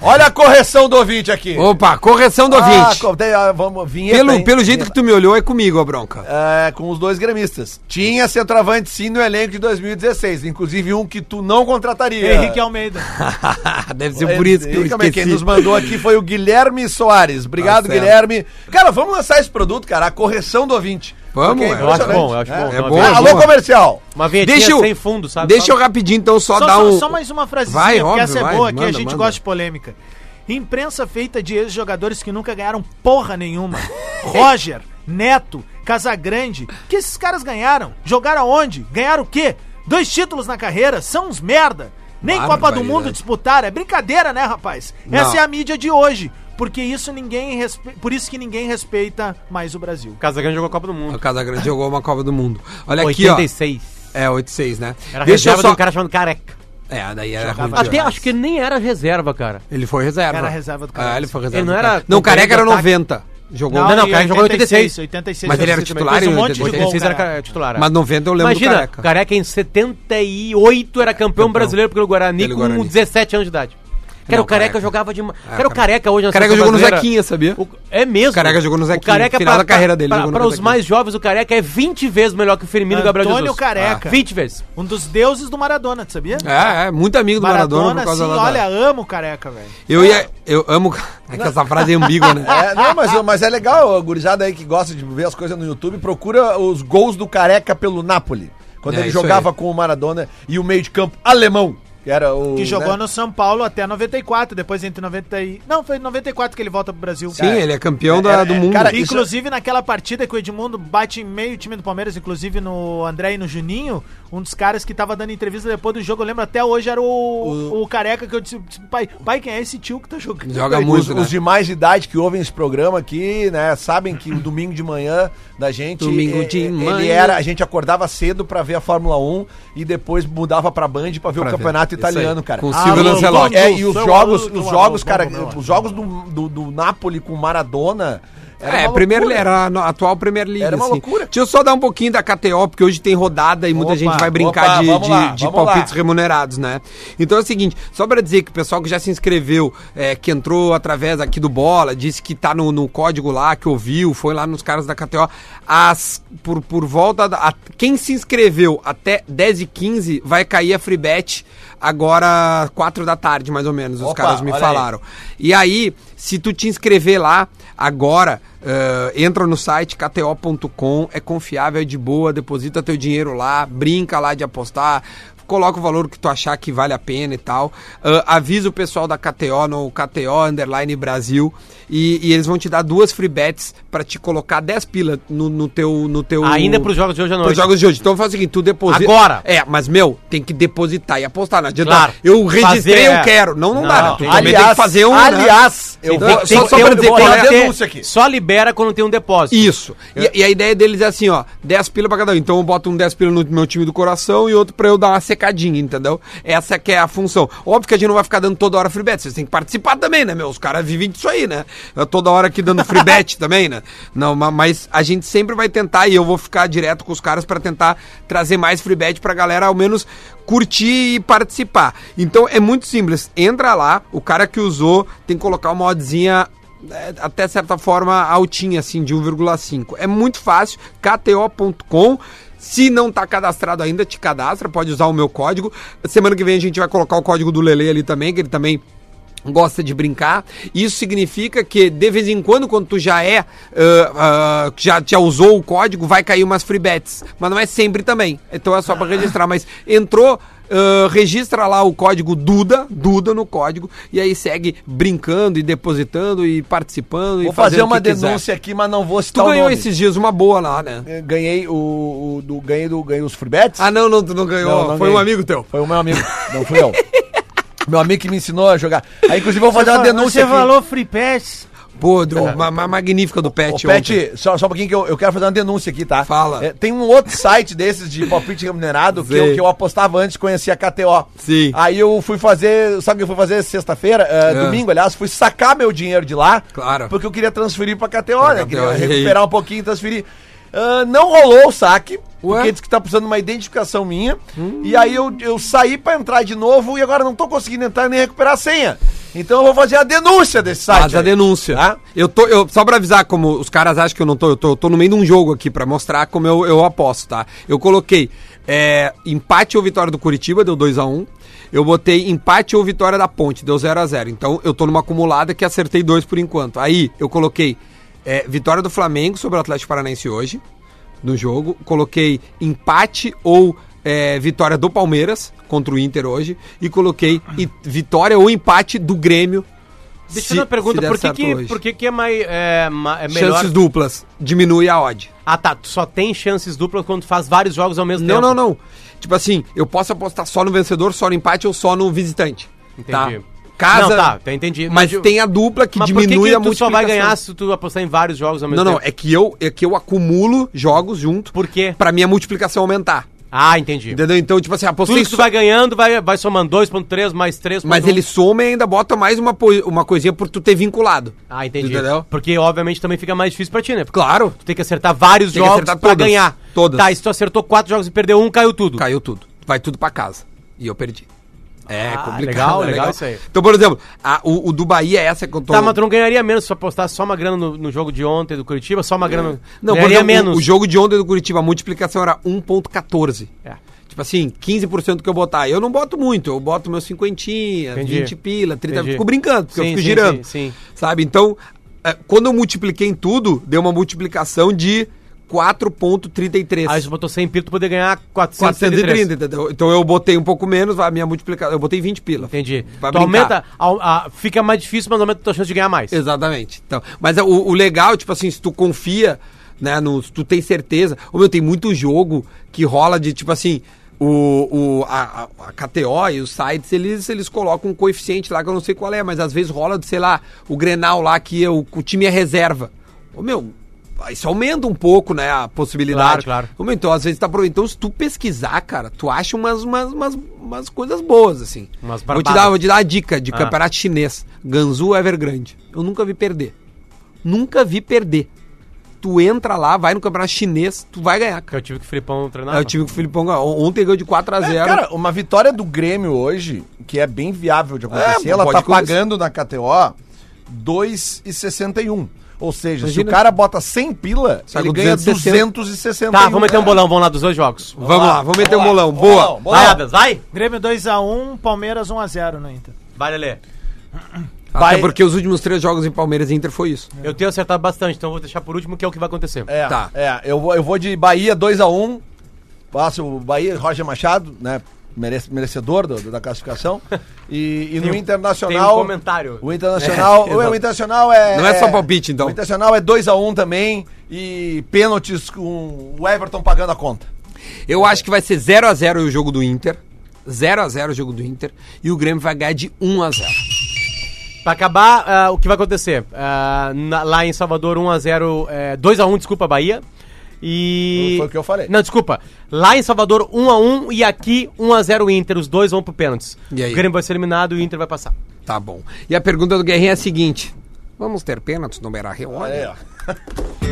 Speaker 2: Olha a correção do ouvinte aqui.
Speaker 1: Opa, correção do
Speaker 2: Ah,
Speaker 1: ouvinte.
Speaker 2: co- tem, ah, vamos, vinheta,
Speaker 1: Pelo,
Speaker 2: hein?
Speaker 1: pelo jeito que tu me olhou, é comigo a bronca.
Speaker 2: É, com os dois gremistas. Tinha centroavante sim no elenco de 2016, inclusive um que tu não
Speaker 4: É.
Speaker 2: contrataria.
Speaker 5: Henrique Almeida.
Speaker 1: Ah, Deve ser É
Speaker 2: É,
Speaker 1: por isso que eu
Speaker 2: Henrique Almeida, Quem nos
Speaker 1: esqueci.
Speaker 2: mandou aqui foi o Guilherme Soares. Obrigado,
Speaker 1: Tá certo.
Speaker 2: Guilherme. Cara, vamos lançar esse produto, cara. A correção do ouvinte.
Speaker 1: Vamos,
Speaker 2: Porque é
Speaker 1: eu acho
Speaker 4: Eu acho
Speaker 2: impressionante.
Speaker 4: bom, eu acho bom.
Speaker 1: É
Speaker 4: Uma
Speaker 1: bom,
Speaker 4: vinheta-
Speaker 1: é
Speaker 2: Alô, comercial.
Speaker 4: Uma vinhetinha
Speaker 1: Deixa eu-
Speaker 4: sem fundo, sabe?
Speaker 1: Deixa eu
Speaker 4: Sabe?
Speaker 1: rapidinho, então, só,
Speaker 5: Só,
Speaker 1: dar
Speaker 5: só-
Speaker 1: um...
Speaker 5: só mais uma frasezinha,
Speaker 1: Vai,
Speaker 5: porque
Speaker 1: óbvio,
Speaker 5: essa é
Speaker 1: vai,
Speaker 5: boa, que a
Speaker 1: manda,
Speaker 5: gente
Speaker 1: manda.
Speaker 5: gosta de polêmica. Imprensa feita de ex-jogadores que nunca ganharam porra nenhuma. Roger, Neto, Casagrande. que esses caras ganharam? Jogaram aonde? Ganharam o quê? Dois títulos na carreira? São uns merda. Nem Copa do
Speaker 1: Barbaridade.
Speaker 5: Mundo disputaram. É brincadeira, né, rapaz? Essa
Speaker 1: Não.
Speaker 5: é a mídia de hoje. Porque isso ninguém respe... Por isso que ninguém respeita mais o Brasil.
Speaker 4: O Casagrande jogou a Copa do
Speaker 1: O
Speaker 4: Mundo.
Speaker 1: Casagrande jogou uma Copa do Mundo. Olha aqui,
Speaker 4: 86.
Speaker 1: ó. É, 86, né?
Speaker 4: Era
Speaker 1: Deixa eu
Speaker 4: reserva
Speaker 1: só...
Speaker 4: de um cara chamado Careca.
Speaker 1: É, daí era ruim. de
Speaker 4: Até
Speaker 1: jogar.
Speaker 4: acho que ele nem era reserva, cara.
Speaker 1: Ele foi reserva.
Speaker 5: Era reserva do Careca.
Speaker 1: Ah, ele foi reserva.
Speaker 4: Ele não
Speaker 1: do
Speaker 4: era
Speaker 1: Careca. Não, o Careca era
Speaker 4: ataque.
Speaker 1: 90. Jogou.
Speaker 4: Não, não, o
Speaker 5: e
Speaker 4: cara jogou em 86.
Speaker 5: 86
Speaker 1: Mas ele era
Speaker 5: também.
Speaker 1: titular
Speaker 5: Fez
Speaker 1: em
Speaker 5: um monte de
Speaker 1: 86.
Speaker 5: gol,
Speaker 4: 86 era
Speaker 5: cara.
Speaker 4: ca- titular. é.
Speaker 1: Mas 90 eu lembro
Speaker 4: Imagina,
Speaker 1: do
Speaker 4: careca.
Speaker 1: Careca.
Speaker 4: em 78 era campeão,
Speaker 1: Campeão.
Speaker 4: brasileiro pelo Guarani
Speaker 1: Pelo
Speaker 4: com
Speaker 1: Guarani.
Speaker 4: 17 anos de idade. Cara,
Speaker 1: Não,
Speaker 4: o Careca,
Speaker 1: Careca.
Speaker 4: jogava demais.
Speaker 1: É,
Speaker 4: cara, o Careca hoje na
Speaker 1: Careca
Speaker 4: seleção
Speaker 1: jogou no
Speaker 4: brasileira-
Speaker 1: Zequinha, sabia?
Speaker 4: O- É mesmo.
Speaker 1: Careca jogou no
Speaker 4: O
Speaker 1: Zequinha,
Speaker 4: Careca,
Speaker 1: final
Speaker 4: pra-
Speaker 1: da carreira dele,
Speaker 4: pra-
Speaker 1: jogou no
Speaker 4: Para os
Speaker 1: Zequinha.
Speaker 4: mais jovens, o Careca é 20 vezes melhor que o Firmino e o Gabriel Jesus.
Speaker 5: Antônio Careca.
Speaker 4: 20 vezes.
Speaker 5: Um dos deuses do Maradona, tu sabia?
Speaker 1: É, é, muito amigo do Maradona, por causa
Speaker 5: sim,
Speaker 1: da-
Speaker 5: olha, amo o careca, velho.
Speaker 1: Eu ia. Eu amo. É que essa frase é ambígua, né?
Speaker 2: É, não, mas, mas é legal, a gurizada aí que gosta de ver as coisas no YouTube, procura os gols do Careca pelo Napoli. Quando
Speaker 1: É,
Speaker 2: ele
Speaker 1: isso
Speaker 2: jogava
Speaker 1: aí.
Speaker 2: com o Maradona e o meio de campo alemão, que era o.
Speaker 1: Hum,
Speaker 5: Que jogou
Speaker 2: né?
Speaker 5: no São Paulo até 94, depois entre 90 e... Não, foi em 94 que ele volta pro Brasil.
Speaker 1: Sim, ele é campeão da-
Speaker 2: É, é,
Speaker 1: do mundo.
Speaker 2: cara, isso-
Speaker 5: Inclusive naquela partida que o Edmundo bate em meio time do Palmeiras, inclusive no André e no Juninho, um dos caras que tava dando entrevista depois do jogo, eu lembro até hoje, era o, o... careca que eu disse, disse, pai, pai, quem é esse tio que tá jogando?
Speaker 1: Joga
Speaker 2: Os-
Speaker 1: muito.
Speaker 2: Os,
Speaker 1: né?
Speaker 2: de mais idade que ouvem esse programa aqui, né, sabem que o domingo de manhã da gente.
Speaker 1: Domingo de
Speaker 2: eh, ele
Speaker 1: manhã.
Speaker 2: era, a gente acordava cedo pra ver a Fórmula 1 e depois mudava pra Band pra ver
Speaker 1: Pra
Speaker 2: o
Speaker 1: ver.
Speaker 2: campeonato
Speaker 1: Isso
Speaker 2: italiano,
Speaker 1: aí.
Speaker 2: cara.
Speaker 1: Com o Silvio
Speaker 2: Alô,
Speaker 1: Lancelotti.
Speaker 2: É, e os
Speaker 5: Alô,
Speaker 2: jogos,
Speaker 5: alô,
Speaker 2: os
Speaker 5: alô,
Speaker 2: jogos,
Speaker 5: alô,
Speaker 2: cara,
Speaker 5: alô, alô.
Speaker 2: os jogos do, do, do Napoli com Maradona. era
Speaker 1: É,
Speaker 2: uma
Speaker 1: primeiro,
Speaker 2: loucura.
Speaker 1: era a no- atual Premier League.
Speaker 2: Era uma loucura.
Speaker 1: Deixa eu só dar um pouquinho da KTO, porque hoje tem rodada e muita
Speaker 5: Opa,
Speaker 1: gente vai brincar
Speaker 2: opa,
Speaker 1: de,
Speaker 2: vamos
Speaker 1: de-
Speaker 2: lá,
Speaker 1: de
Speaker 2: vamos
Speaker 1: palpites
Speaker 2: lá.
Speaker 1: remunerados, né? Então é o seguinte, só pra dizer que o pessoal que já se inscreveu, é, que entrou através aqui do Bola, disse que tá no, no código lá, que ouviu, foi lá nos caras da KTO, as, por, por volta da... a- quem se inscreveu até 10h15 vai cair a free bet agora 4 da tarde, mais ou menos, os
Speaker 2: Opa,
Speaker 1: caras me
Speaker 2: olha aí.
Speaker 1: falaram. Claro. E aí, se tu te inscrever lá agora, eh, entra no site kto.com, é confiável, é de boa, deposita teu dinheiro lá, brinca lá de apostar, coloca o valor que tu achar que vale a pena e tal. Ah, avisa o pessoal da KTO no KTO Underline Brasil e, e eles vão te dar duas free bets pra te colocar 10 pila no, no teu... No teu
Speaker 4: Ainda pros jogos de hoje à
Speaker 1: Pros
Speaker 4: noite.
Speaker 1: jogos de hoje. Então faz o seguinte, tu deposita...
Speaker 4: Agora.
Speaker 1: É, mas, meu, tem que depositar e apostar. Não adianta...
Speaker 4: Claro.
Speaker 1: Tá. Eu registrei,
Speaker 4: Fazer, é.
Speaker 1: eu quero. Não, não, dá.
Speaker 4: Não,
Speaker 1: né? Tu
Speaker 4: tem-
Speaker 1: também tem que fazer um... né?
Speaker 2: Aliás, eu
Speaker 1: Sim,
Speaker 2: vou.
Speaker 1: tem- tem-
Speaker 2: só só
Speaker 1: tem-
Speaker 2: pra
Speaker 1: tem-
Speaker 2: dizer,
Speaker 1: tem-
Speaker 2: vou
Speaker 1: tem-
Speaker 2: fazer a
Speaker 1: tem-
Speaker 2: denúncia aqui.
Speaker 4: Só libera quando tem um depósito.
Speaker 1: Isso. E, e a ideia deles é assim, ó, 10 pila pra cada um. Então eu boto um 10 pila no meu time do coração e outro pra eu dar uma secadinha, entendeu? Essa que é a função. Óbvio que a gente não vai ficar dando toda hora free bet, vocês têm que participar também, né, meu? Os caras vivem disso aí, né? Eu toda hora aqui dando free bet também, né? Não, ma- mas a gente sempre vai tentar e eu vou ficar direto com os caras pra tentar trazer mais free bet pra galera ao menos curtir e participar. Então é muito simples. Entra lá, o cara que usou tem que colocar uma oddzinha é, até um certa forma altinha, assim, de 1,5. É muito fácil, kto.com. Se não tá cadastrado ainda, te cadastra, pode usar o meu código. Semana que vem a gente vai colocar o código do Lele ali também, que ele também gosta de brincar. Isso significa que de vez em quando, quando tu já é, ah, ah, já, já usou o código, vai cair umas free bets. Mas não é sempre também. Então é só pra registrar. Mas entrou, ah, registra lá o código DUDA, DUDA no código, e aí segue brincando e depositando e participando e
Speaker 2: Vou fazer
Speaker 1: fazendo o
Speaker 2: uma
Speaker 1: que quiser.
Speaker 2: denúncia aqui, mas não vou
Speaker 1: Tu
Speaker 2: citar
Speaker 1: ganhou
Speaker 2: o nome.
Speaker 1: esses dias uma boa lá, né?
Speaker 2: Eh, Ganhei o, o do, ganhei do, ganhei os freebets.
Speaker 1: Ah, não, não, tu não ganhou.
Speaker 2: Não, não
Speaker 1: Foi um
Speaker 2: ganhei.
Speaker 1: amigo teu.
Speaker 2: Foi o meu amigo, não fui eu. Meu amigo que me ensinou a jogar. Aí, inclusive, eu vou fazer uma
Speaker 5: Você
Speaker 2: denúncia aqui.
Speaker 5: falou free pass?
Speaker 1: Pô, do, uma, uma magnífica do
Speaker 2: Ô,
Speaker 1: É. Pet. ontem.
Speaker 2: Pet, só, só um pouquinho que eu, eu quero fazer uma denúncia aqui, tá?
Speaker 1: Fala.
Speaker 2: É, tem um outro site desses de palpite remunerado que
Speaker 1: Sei.
Speaker 2: eu, que eu apostava antes, conhecia a KTO.
Speaker 1: Sim. Ah.
Speaker 2: Aí eu fui fazer, sabe o que eu fui fazer sexta-feira? É, Domingo, aliás, fui sacar meu dinheiro de lá.
Speaker 1: Claro.
Speaker 2: Porque eu queria transferir pra KTO,
Speaker 1: KTO,
Speaker 2: né? Queria
Speaker 1: e aí?
Speaker 2: recuperar um pouquinho e transferir. Ah, não rolou o
Speaker 1: Ué? Hum.
Speaker 2: saque, porque disse que tá precisando de uma identificação minha. E aí eu, eu saí pra entrar de novo e agora não tô conseguindo entrar nem recuperar a senha. Então eu vou fazer a denúncia desse site.
Speaker 1: Faz a
Speaker 2: aí.
Speaker 1: denúncia.
Speaker 2: Tá?
Speaker 1: Eu tô, eu, só pra avisar, como os caras acham que eu não tô, eu tô, eu tô no meio de um jogo aqui pra mostrar como eu, eu aposto, tá? Eu coloquei é, empate ou vitória do Curitiba, deu 2x1. Eu botei empate ou vitória da Ponte, deu 0x0. Então eu tô numa acumulada que acertei dois por enquanto. Aí eu coloquei é, vitória do Flamengo sobre o Atlético Paranaense hoje, no jogo. Coloquei empate ou. é, vitória do Palmeiras contra o Inter hoje e coloquei e- vitória ou empate do Grêmio
Speaker 4: Deixa
Speaker 1: se-
Speaker 4: eu fazer uma
Speaker 1: se
Speaker 4: pergunta,
Speaker 1: der
Speaker 4: por que
Speaker 1: certo
Speaker 4: que,
Speaker 1: hoje.
Speaker 4: por que que é, mais, é, ma- é melhor...
Speaker 1: Chances duplas, diminui a odd.
Speaker 4: Ah tá, tu só tem chances duplas quando tu faz vários jogos ao mesmo
Speaker 1: Não,
Speaker 4: tempo.
Speaker 1: não, não. Tipo assim, eu posso apostar só no vencedor, só no empate ou só no visitante.
Speaker 4: Entendi.
Speaker 1: Tá?
Speaker 4: Não,
Speaker 1: Casa.
Speaker 4: tá, tá, entendi.
Speaker 1: Mas
Speaker 4: Mas-
Speaker 1: tem a dupla que
Speaker 4: Mas
Speaker 1: diminui
Speaker 4: por que que
Speaker 1: a
Speaker 4: tu só
Speaker 1: multiplicação.
Speaker 4: vai ganhar se tu apostar em vários jogos ao mesmo
Speaker 1: Não, não,
Speaker 4: tempo?
Speaker 1: é que eu é que eu acumulo jogos junto
Speaker 4: Por quê?
Speaker 1: pra minha multiplicação aumentar.
Speaker 4: Ah, entendi.
Speaker 1: Entendeu? Então, tipo assim,
Speaker 4: Tudo
Speaker 1: apostei
Speaker 4: que tu
Speaker 1: só-
Speaker 4: vai ganhando vai, vai somando 2.3 mais um. 3.
Speaker 1: mas ele soma e ainda bota mais uma, po- uma coisinha por tu ter vinculado.
Speaker 4: Ah, entendi.
Speaker 1: Entendeu?
Speaker 4: Porque, obviamente, também fica mais difícil pra ti, né? Porque
Speaker 1: Claro,
Speaker 4: tu tem que acertar vários
Speaker 1: Tem que
Speaker 4: jogos
Speaker 1: acertar
Speaker 4: pra
Speaker 1: todas,
Speaker 4: ganhar.
Speaker 1: todas.
Speaker 4: Tá, e se tu acertou quatro jogos e perdeu um, caiu tudo.
Speaker 1: caiu tudo. Vai tudo pra casa. E eu perdi. É
Speaker 4: Ah,
Speaker 1: complicado.
Speaker 4: legal,
Speaker 1: é
Speaker 4: legal isso aí.
Speaker 1: Então, por exemplo, a- o, o do Bahia é essa que eu tô.
Speaker 4: Tá, mas tu não ganharia menos se tu apostasse só uma grana no, no jogo de ontem do Curitiba, só uma grana.
Speaker 1: Não, por
Speaker 4: ganharia
Speaker 1: exemplo,
Speaker 4: menos.
Speaker 1: O, o jogo de ontem do Curitiba, a multiplicação era 1.14.
Speaker 4: É.
Speaker 1: Tipo assim, 15% que eu botar. Eu não boto muito, eu boto meus cinquentinha,
Speaker 4: Entendi.
Speaker 1: 20 pila, 30,
Speaker 4: Entendi.
Speaker 1: fico brincando, porque eu
Speaker 4: Sim,
Speaker 1: fico
Speaker 4: sim,
Speaker 1: girando.
Speaker 4: sim, sim.
Speaker 1: Sabe? Então, é, quando eu multipliquei em tudo, deu uma multiplicação de
Speaker 4: Aí tu
Speaker 1: 4.33.
Speaker 4: botou 100 pila, tu poder ganhar 430.
Speaker 1: 430, entendeu? Então eu botei um pouco menos, a minha multiplicação, eu botei 20 pila.
Speaker 4: Entendi.
Speaker 1: Pra
Speaker 4: tu
Speaker 1: brincar.
Speaker 4: aumenta, a- a- fica mais difícil, mas aumenta a tua chance de ganhar mais.
Speaker 1: Exatamente. Então, mas o, o legal, tipo assim, se tu confia, né, no, se tu tem certeza. Ô, meu, tem muito jogo que rola de, tipo assim, o, o, a, a- a KTO e os sites, eles, eles colocam um coeficiente lá que eu não sei qual é, mas às vezes rola de, sei lá, o Grenal lá que é o, o time é reserva. Ô, meu, isso aumenta um pouco, né, a possibilidade.
Speaker 4: Claro, claro.
Speaker 1: Ô, meu, então, às vezes tá pro... Então, se tu pesquisar, cara, tu acha umas, umas, umas, umas coisas boas, assim.
Speaker 4: Umas
Speaker 1: vou te
Speaker 4: barbadas.
Speaker 1: dar, vou te dar uma dica de
Speaker 4: Ah.
Speaker 1: campeonato chinês. Ganzu Evergrande. Eu nunca vi perder. Nunca vi perder. Tu entra lá, vai no campeonato chinês, tu vai ganhar,
Speaker 4: Que
Speaker 1: cara.
Speaker 4: eu tive que o Filipão treinar.
Speaker 1: É o time que o Filipão ganhou. Ontem ganhou de 4 a 0
Speaker 2: É, cara, uma vitória do Grêmio hoje, que é bem viável de acontecer,
Speaker 1: É,
Speaker 2: ela
Speaker 1: pode
Speaker 2: tá
Speaker 1: acontecer.
Speaker 2: pagando na KTO 2,61. Ou seja, se
Speaker 1: Imagina.
Speaker 2: o cara bota 100 pila,
Speaker 1: Sai
Speaker 2: ele
Speaker 1: com
Speaker 2: ganha
Speaker 1: 260.
Speaker 2: 261.
Speaker 4: Tá, vamos meter um bolão, vamos lá dos dois jogos.
Speaker 1: vamos lá, vamos meter o bolão.
Speaker 2: vamos lá,
Speaker 1: Boa.
Speaker 2: vamos lá.
Speaker 4: Vai, Adams, vai!
Speaker 5: Grêmio 2x1, Palmeiras 1x0 no Inter.
Speaker 4: Vai, Lelê.
Speaker 1: Até porque os últimos três jogos em Palmeiras e Inter foi isso.
Speaker 4: Eu tenho acertado bastante, então eu vou deixar por último, que é o que vai acontecer.
Speaker 2: É,
Speaker 1: Tá.
Speaker 2: é eu, vou, eu vou de Bahia 2x1. Passa o Bahia, Roger Machado, né? merece- merecedor do- da classificação. E, e no
Speaker 4: Tem um-
Speaker 2: Internacional.
Speaker 4: tem um comentário.
Speaker 2: O Internacional.
Speaker 1: É,
Speaker 2: o- o,
Speaker 1: exato.
Speaker 2: Internacional é.
Speaker 1: Não é só
Speaker 2: é-
Speaker 1: palpite, então.
Speaker 2: O Internacional é 2x1 também. E pênaltis com o Everton pagando a conta.
Speaker 1: Eu acho que vai ser 0 a 0 o jogo do Inter. 0 a 0 o jogo do Inter. E o Grêmio vai ganhar de 1 a 0
Speaker 4: Pra acabar, ah, o que vai acontecer? Ah, na- lá em Salvador, 1x0, 2x1, desculpa, Bahia. E.
Speaker 2: Foi o que eu falei.
Speaker 4: Não, desculpa. Lá em Salvador, 1x1 e aqui 1x0 Inter. Os dois vão pro pênaltis.
Speaker 1: E aí?
Speaker 4: O Grêmio vai ser eliminado e o Inter vai passar.
Speaker 1: Tá bom. E a pergunta do Guerrinha é a seguinte: Vamos ter pênaltis no Beira Rio?
Speaker 2: Olha aí, ó.